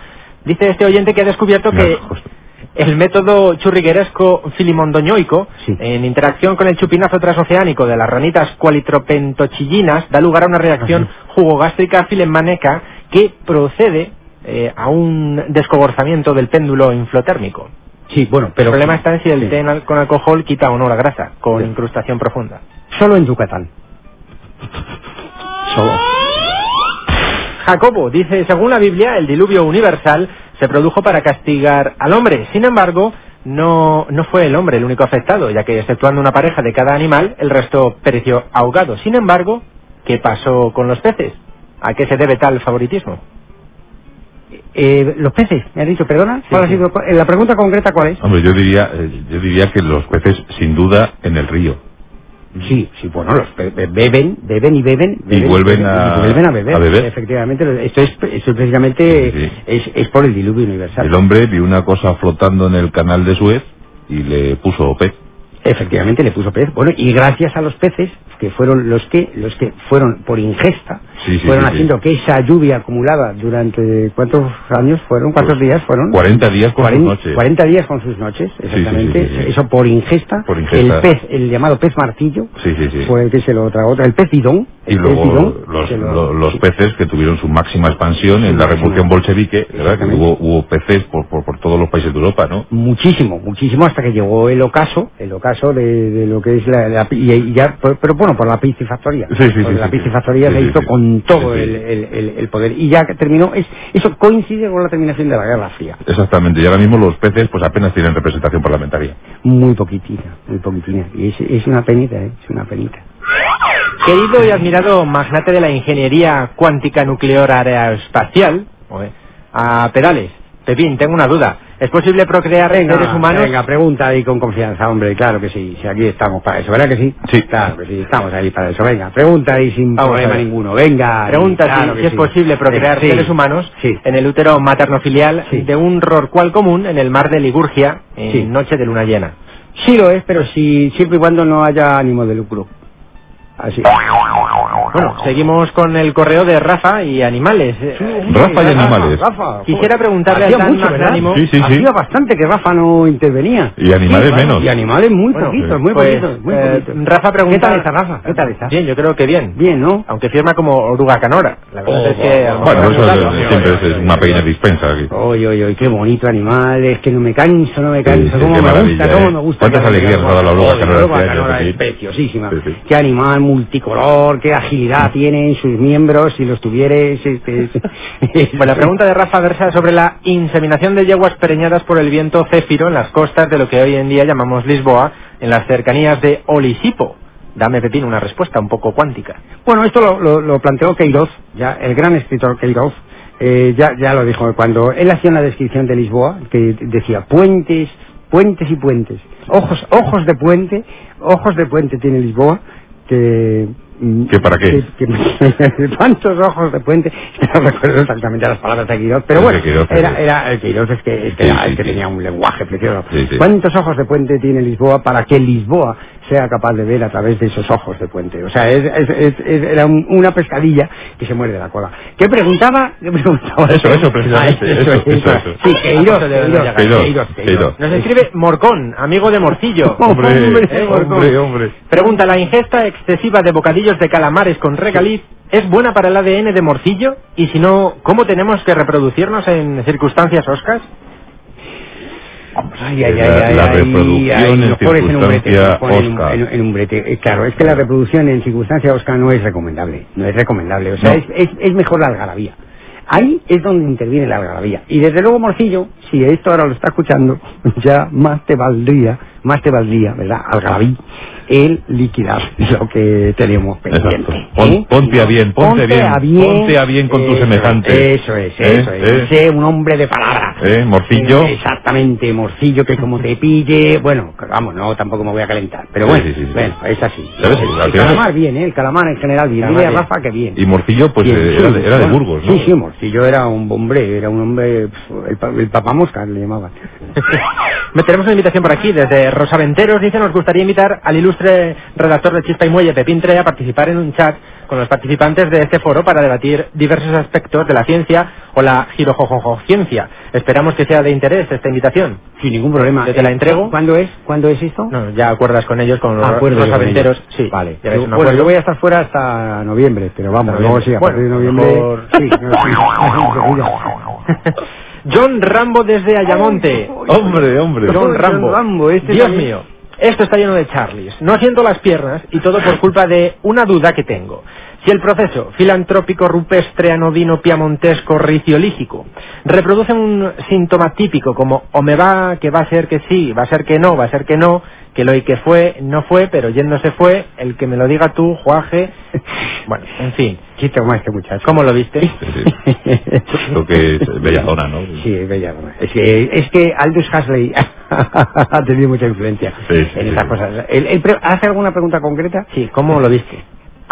Speaker 5: dice este oyente que ha descubierto que
Speaker 1: No, justo.
Speaker 5: el método churrigueresco filimondoñoico,
Speaker 2: Sí.
Speaker 5: en interacción con el chupinazo transoceánico de las ranitas cualitropentochillinas, da lugar a una reacción jugogástrica filemaneca que procede eh, a un descogorzamiento del péndulo inflotérmico.
Speaker 2: Sí, bueno, pero...
Speaker 5: el problema está en si el
Speaker 2: Sí.
Speaker 5: té en al- con alcohol quita o no la grasa, con
Speaker 2: Sí.
Speaker 5: incrustación profunda.
Speaker 2: Solo en Yucatán. Solo.
Speaker 5: Jacobo dice, según la Biblia, el diluvio universal se produjo para castigar al hombre. Sin embargo, no, no fue el hombre el único afectado, ya que exceptuando una pareja de cada animal, el resto pereció ahogado. Sin embargo, ¿qué pasó con los peces? ¿A qué se debe tal favoritismo?
Speaker 2: Eh, los peces, me has dicho, perdona. ¿Cuál ha
Speaker 5: sí.
Speaker 2: sido- cu- eh, la pregunta concreta cuál es?
Speaker 1: Hombre, yo diría, eh, yo diría que los peces, sin duda, en el río.
Speaker 2: Sí, sí, bueno, los pe- be- beben, beben y beben, beben
Speaker 1: vuelven
Speaker 2: beben,
Speaker 1: a-
Speaker 2: y vuelven a, beber.
Speaker 1: a beber.
Speaker 2: Efectivamente, esto es, esto es precisamente
Speaker 1: Sí, sí.
Speaker 2: Es, es por el diluvio universal.
Speaker 1: El hombre vio una cosa flotando en el canal de Suez y le puso pez.
Speaker 2: Efectivamente le puso pez. Bueno, y gracias a los peces que fueron los que los que fueron por ingesta,
Speaker 1: Sí, sí,
Speaker 2: fueron
Speaker 1: sí, sí.
Speaker 2: haciendo que esa lluvia acumulada durante cuántos años fueron, cuántos
Speaker 1: Pues,
Speaker 2: días fueron.
Speaker 1: 40 días con sus
Speaker 2: Cuaren-
Speaker 1: noches.
Speaker 2: 40 días con sus noches,
Speaker 1: sí,
Speaker 2: exactamente.
Speaker 1: sí, sí, sí.
Speaker 2: Eso por ingesta.
Speaker 1: Por ingesta.
Speaker 2: El pez, el llamado pez martillo,
Speaker 1: Sí, sí, sí.
Speaker 2: fue el que se lo tragó. El pez bidón.
Speaker 1: Y
Speaker 2: el pez
Speaker 1: luego
Speaker 2: bidón,
Speaker 1: los,
Speaker 2: se lo-
Speaker 1: lo- los peces que tuvieron su máxima expansión en
Speaker 2: Su
Speaker 1: la
Speaker 2: máxima.
Speaker 1: revolución bolchevique, ¿verdad? Que
Speaker 2: Exactamente.
Speaker 1: hubo, hubo peces por, por, por todos los países de Europa, ¿no?
Speaker 2: muchísimo, muchísimo hasta que llegó el ocaso, el ocaso de, de lo que es la, la- y, y ya, pero, pero bueno, por la piscifactoría.
Speaker 1: Sí, sí, sí,
Speaker 2: Por la
Speaker 1: sí,
Speaker 2: piscifactoría
Speaker 1: sí.
Speaker 2: se
Speaker 1: Sí, sí,
Speaker 2: hizo
Speaker 1: sí.
Speaker 2: con todo
Speaker 1: Sí, sí.
Speaker 2: El, el- el- el poder y ya que terminó, es, eso coincide con la terminación de la Guerra Fría.
Speaker 1: Exactamente. Y ahora mismo los peces pues apenas tienen representación parlamentaria.
Speaker 2: Muy poquitina, muy poquitina. Y es, es una penita, ¿eh? es una penita.
Speaker 5: Querido y admirado magnate de la ingeniería cuántica nuclear aeroespacial, joder, a pedales, Pepín, tengo una duda. ¿Es posible procrear seres humanos?
Speaker 2: venga, pregunta ahí con confianza, hombre, claro que sí, si aquí estamos para eso, ¿verdad que sí?
Speaker 1: Sí.
Speaker 2: Claro que sí, estamos ahí para eso, venga, pregunta ahí sin
Speaker 5: Vamos a
Speaker 2: problema
Speaker 5: ver.
Speaker 2: ninguno, venga.
Speaker 5: Pregunta
Speaker 2: claro
Speaker 5: si,
Speaker 2: que
Speaker 5: si es
Speaker 2: sí.
Speaker 5: posible procrear
Speaker 2: Eh, sí.
Speaker 5: seres humanos
Speaker 2: Sí.
Speaker 5: en el útero materno-filial
Speaker 2: Sí.
Speaker 5: de un rorcual común en el mar de Ligurgia en
Speaker 2: Sí.
Speaker 5: noche de luna llena.
Speaker 2: Sí lo es, pero si, siempre y cuando no haya ánimo de lucro. Así.
Speaker 5: Bueno, seguimos con el correo de Rafa y Animales. Eh,
Speaker 1: Rafa y animales.
Speaker 5: Quisiera preguntarle
Speaker 2: Hacía
Speaker 5: al tan
Speaker 2: mucho, ¿verdad?
Speaker 5: magnánimo-
Speaker 1: Sí, sí, sí.
Speaker 2: Hacía bastante que Rafa no intervenía.
Speaker 1: Y animales
Speaker 2: claro,
Speaker 1: menos.
Speaker 2: Y animales muy
Speaker 5: Bueno,
Speaker 2: poquitos,
Speaker 1: sí.
Speaker 2: muy
Speaker 5: pues,
Speaker 2: poquitos, muy
Speaker 5: eh,
Speaker 2: poquitos.
Speaker 5: Rafa pregunta...
Speaker 2: ¿Qué tal está, Rafa? ¿Qué tal está?
Speaker 5: Bien, yo creo que bien.
Speaker 2: Bien, Oh, ¿no?
Speaker 5: Aunque firma como Oruga Canora. La verdad es que... a lo
Speaker 1: Bueno, eso
Speaker 5: mejor es un
Speaker 1: es-
Speaker 5: dato.
Speaker 1: siempre es, es una pequeña dispensa. aquí.
Speaker 2: Oye, oye, oye, qué bonito animal, es que no me canso, no me
Speaker 1: Sí,
Speaker 2: canso,
Speaker 1: sí,
Speaker 2: cómo
Speaker 1: qué
Speaker 2: me
Speaker 1: maravilla,
Speaker 2: gusta, cómo
Speaker 1: ¿eh?
Speaker 2: me gusta.
Speaker 1: Cuántas
Speaker 2: que haga
Speaker 1: alegrías
Speaker 2: el
Speaker 1: nos ha dado la oruga
Speaker 2: Oye,
Speaker 1: canora este año,
Speaker 2: canora
Speaker 1: sí,
Speaker 2: es
Speaker 1: sí.
Speaker 2: preciosísima.
Speaker 1: Sí, sí.
Speaker 2: Qué animal multicolor, qué agilidad tiene en sus miembros, si los tuvieres, este...
Speaker 5: Pues la pregunta de Rafa versa sobre la inseminación de yeguas preñadas por el viento céfiro en las costas de lo que hoy en día llamamos Lisboa, en las cercanías de Olisipo. Dame, Pepín, una respuesta un poco cuántica.
Speaker 2: Bueno, esto lo, lo- lo planteó Queiroz, ya el gran escritor Queiroz, eh, ya, ya lo dijo cuando él hacía una descripción de Lisboa, que decía puentes, puentes y puentes, ojos, ojos de puente, ojos de puente tiene Lisboa, que... mm,
Speaker 1: ¿Que para qué?
Speaker 2: Que, que- tantos ojos de puente, no recuerdo exactamente las palabras de Queiroz, pero
Speaker 1: Es
Speaker 2: bueno,
Speaker 1: de Queiroz,
Speaker 2: era,
Speaker 1: Queiroz.
Speaker 2: era el Queiroz es que, es que
Speaker 1: Sí,
Speaker 2: era el
Speaker 1: sí,
Speaker 2: que
Speaker 1: sí.
Speaker 2: tenía un lenguaje precioso.
Speaker 1: Sí, sí.
Speaker 2: ¿Cuántos ojos de puente tiene Lisboa para que Lisboa sea capaz de ver a través de esos ojos de puente? O sea, es, es- es- es- era un- una pescadilla que se muerde la cola. ¿Qué preguntaba? ¿Qué preguntaba?
Speaker 1: Eso, eso, precisamente,
Speaker 2: Ah, eso,
Speaker 1: eso,
Speaker 2: eso.
Speaker 1: eso, eso.
Speaker 2: Sí, Queiroz,
Speaker 5: Eso debe
Speaker 2: Queiroz,
Speaker 5: llegar.
Speaker 1: Queiroz,
Speaker 2: Queiroz,
Speaker 1: Queiroz.
Speaker 5: Nos escribe Morcón, amigo de Morcillo.
Speaker 1: Hombre,
Speaker 2: Hombre,
Speaker 1: hombre, hombre.
Speaker 5: Pregunta, ¿la ingesta excesiva de bocadillos de calamares con regaliz es buena para el ADN de Morcillo? Y si no, ¿cómo tenemos que reproducirnos en circunstancias oscas?
Speaker 2: Ay, ay,
Speaker 1: La-
Speaker 2: ay, ay,
Speaker 1: Eh, la
Speaker 2: ay,
Speaker 1: reproducción
Speaker 2: ay,
Speaker 1: en
Speaker 2: los pobres un brete,
Speaker 1: circunstancia
Speaker 2: los ponen en un-
Speaker 1: Oscar.
Speaker 2: en, en un brete. Eh, Claro, es que la reproducción en circunstancia Oscar no es recomendable. No es recomendable. O sea,
Speaker 1: No.
Speaker 2: es, es- es mejor la algarabía. Ahí es donde interviene la algarabía. Y desde luego, Morcillo, si esto ahora lo está escuchando, ya más te valdría más te valdría, ¿verdad? Al Gaby, el liquidar lo que tenemos pendiente. ¿eh?
Speaker 1: Exacto. Pon- ponte a bien, ponte bien, ponte a bien con tus
Speaker 2: eso es,
Speaker 1: semejantes.
Speaker 2: Eso es,
Speaker 1: ¿Eh?
Speaker 2: eso es.
Speaker 1: ¿Eh?
Speaker 2: Sé un hombre de palabra.
Speaker 1: ¿Eh? Morcillo.
Speaker 2: Eh, Exactamente, morcillo, que como te pille. Bueno, que vamos, no, tampoco me voy a calentar. Pero
Speaker 1: Sí,
Speaker 2: bueno,
Speaker 1: sí, sí, sí.
Speaker 2: bueno, es así.
Speaker 1: ¿Sabes? Al
Speaker 2: El
Speaker 1: final-
Speaker 2: calamar bien, ¿eh? El calamar en general bien.
Speaker 5: Calamar
Speaker 2: Dile a
Speaker 5: bien.
Speaker 2: Rafa que bien.
Speaker 1: Y Morcillo, pues
Speaker 2: Bien,
Speaker 1: eh,
Speaker 2: sí,
Speaker 1: era, de, era de
Speaker 2: bueno,
Speaker 1: Burgos, ¿no?
Speaker 2: Sí, sí, Morcillo era un hombre, era un hombre, pf, el, pa- el papamosca le llamaban.
Speaker 5: Me tenemos una invitación por aquí desde Rosaventeros. Dice, nos gustaría invitar al ilustre redactor de Chispa y Muelle, Pepín Trey, a participar en un chat con los participantes de este foro para debatir diversos aspectos de la ciencia o la girojojojo ciencia. Esperamos que sea de interés esta invitación.
Speaker 2: Sin ningún problema. Eh,
Speaker 5: Yo te la entrego.
Speaker 2: ¿Cuándo es? ¿Cuándo es esto?
Speaker 5: No, ya acuerdas con ellos, con los
Speaker 2: Ah, acuerdo yo con
Speaker 5: rosaventeros.
Speaker 2: ellos.
Speaker 5: Sí,
Speaker 2: vale.
Speaker 5: ya ves,
Speaker 2: Yo-
Speaker 5: un
Speaker 2: bueno,
Speaker 5: acuerdo.
Speaker 2: yo voy a estar fuera hasta noviembre, pero vamos,
Speaker 5: Hasta
Speaker 2: luego
Speaker 5: noviembre.
Speaker 2: sí, a partir de
Speaker 5: Bueno,
Speaker 2: noviembre.
Speaker 5: mejor-
Speaker 2: Sí, no, sí, sí, sí.
Speaker 5: John Rambo desde Ayamonte.
Speaker 2: pues,
Speaker 1: Hombre, hombre.
Speaker 2: Yo-
Speaker 5: John
Speaker 2: John
Speaker 5: Rambo.
Speaker 2: Rambo, este
Speaker 5: Dios
Speaker 2: también.
Speaker 5: mío. Esto está lleno de Charlies. No siento las piernas y todo por culpa de una duda que tengo. Si el proceso filantrópico, rupestre, anodino, piamontesco, riciolígico reproduce un síntoma típico como o me va, que va a ser que sí, va a ser que no, va a ser que no, que lo y que fue, no fue, pero yéndose fue, el que me lo diga tú, Juaje. Bueno, en fin.
Speaker 2: Chiste más este muchacho. Este
Speaker 5: ¿Cómo lo viste?
Speaker 1: Sí, sí. Lo que es Belladona, ¿no?
Speaker 2: Sí, es bella. dama. Es que, es que Aldous Huxley ha tenido mucha influencia
Speaker 1: Sí, sí,
Speaker 2: en
Speaker 1: sí.
Speaker 2: estas cosas. El- el pre- ¿Hace alguna pregunta concreta?
Speaker 5: Sí, ¿cómo lo viste?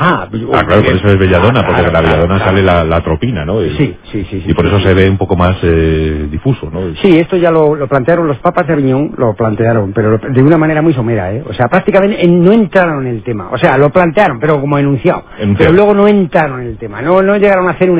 Speaker 2: Ah,
Speaker 1: Ah, claro, por eso es Belladona, porque en la Belladona
Speaker 2: claro.
Speaker 1: sale la, la tropina, ¿no? Y-
Speaker 2: Sí, sí, sí. sí
Speaker 1: Y por
Speaker 2: sí,
Speaker 1: eso
Speaker 2: sí.
Speaker 1: se ve un poco más eh, difuso, ¿no?
Speaker 2: Sí, esto ya lo, lo plantearon los papas de Aviñón, lo plantearon, pero lo- de una manera muy somera, ¿eh? O sea, prácticamente eh, no entraron en el tema. O sea, lo plantearon, pero como enunciado.
Speaker 1: Enunciado.
Speaker 2: Pero luego no entraron en el tema. No, no llegaron a hacer un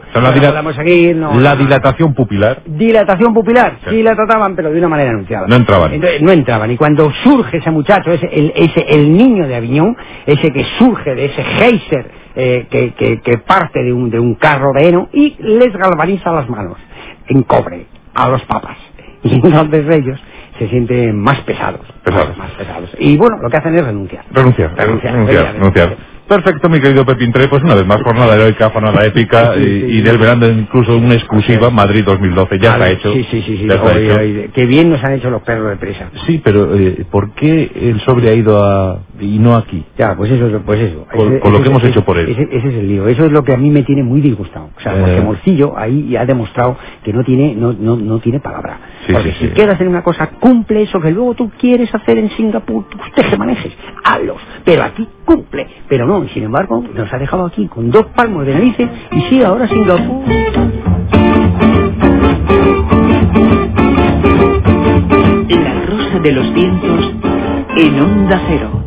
Speaker 1: O sea, la,
Speaker 2: no
Speaker 1: dila-
Speaker 2: hablamos aquí, no-
Speaker 1: la
Speaker 2: no.
Speaker 1: dilatación pupilar.
Speaker 2: Dilatación pupilar,
Speaker 1: Sí.
Speaker 2: sí la trataban, pero de una manera anunciada.
Speaker 1: No entraban.
Speaker 2: Entonces, no entraban. Y cuando surge ese muchacho, ese, el, ese, el niño de Aviñón, ese que surge de ese geyser eh, que, que- que parte de un, de un carro de heno y les galvaniza las manos en cobre a los papas. Y entonces ellos se sienten más pesados.
Speaker 1: Pesados.
Speaker 2: Más pesados. Y bueno, lo que hacen es renunciar.
Speaker 1: Renunciar,
Speaker 2: Renunciar,
Speaker 1: renunciar,
Speaker 2: renunciar.
Speaker 1: renunciar. Perfecto, mi querido Pepín Trey, pues una vez más, jornada heroica, jornada épica
Speaker 2: Sí, sí,
Speaker 1: y,
Speaker 2: sí.
Speaker 1: y del verano incluso una exclusiva Madrid 2012, ya está
Speaker 2: Vale,
Speaker 1: hecho.
Speaker 2: Sí, sí, sí. sí.
Speaker 1: ya está
Speaker 2: Oye,
Speaker 1: hecho.
Speaker 2: oye, qué bien nos han hecho los perros de presa.
Speaker 1: Sí, pero eh, ¿por qué el sobre ha ido a... y no aquí?
Speaker 2: Ya, pues eso, pues eso.
Speaker 1: Con- con lo que hemos hecho por él. Eh.
Speaker 2: Ese, ese es el lío. Eso es lo que a mí me tiene muy disgustado. O sea,
Speaker 1: Ya,
Speaker 2: porque
Speaker 1: ya.
Speaker 2: Morcillo ahí ya ha demostrado que no tiene, no, no, no tiene palabra.
Speaker 1: Sí,
Speaker 2: porque
Speaker 1: sí,
Speaker 2: si
Speaker 1: sí.
Speaker 2: quieres hacer una cosa, cumple eso que luego tú quieres hacer en Singapur, tú te que manejes, hazlos. Pero aquí cumple. Pero no, sin embargo, nos ha dejado aquí con dos palmos de narices y sí, ahora Singapur.
Speaker 6: La Rosa de los Vientos en Onda Cero.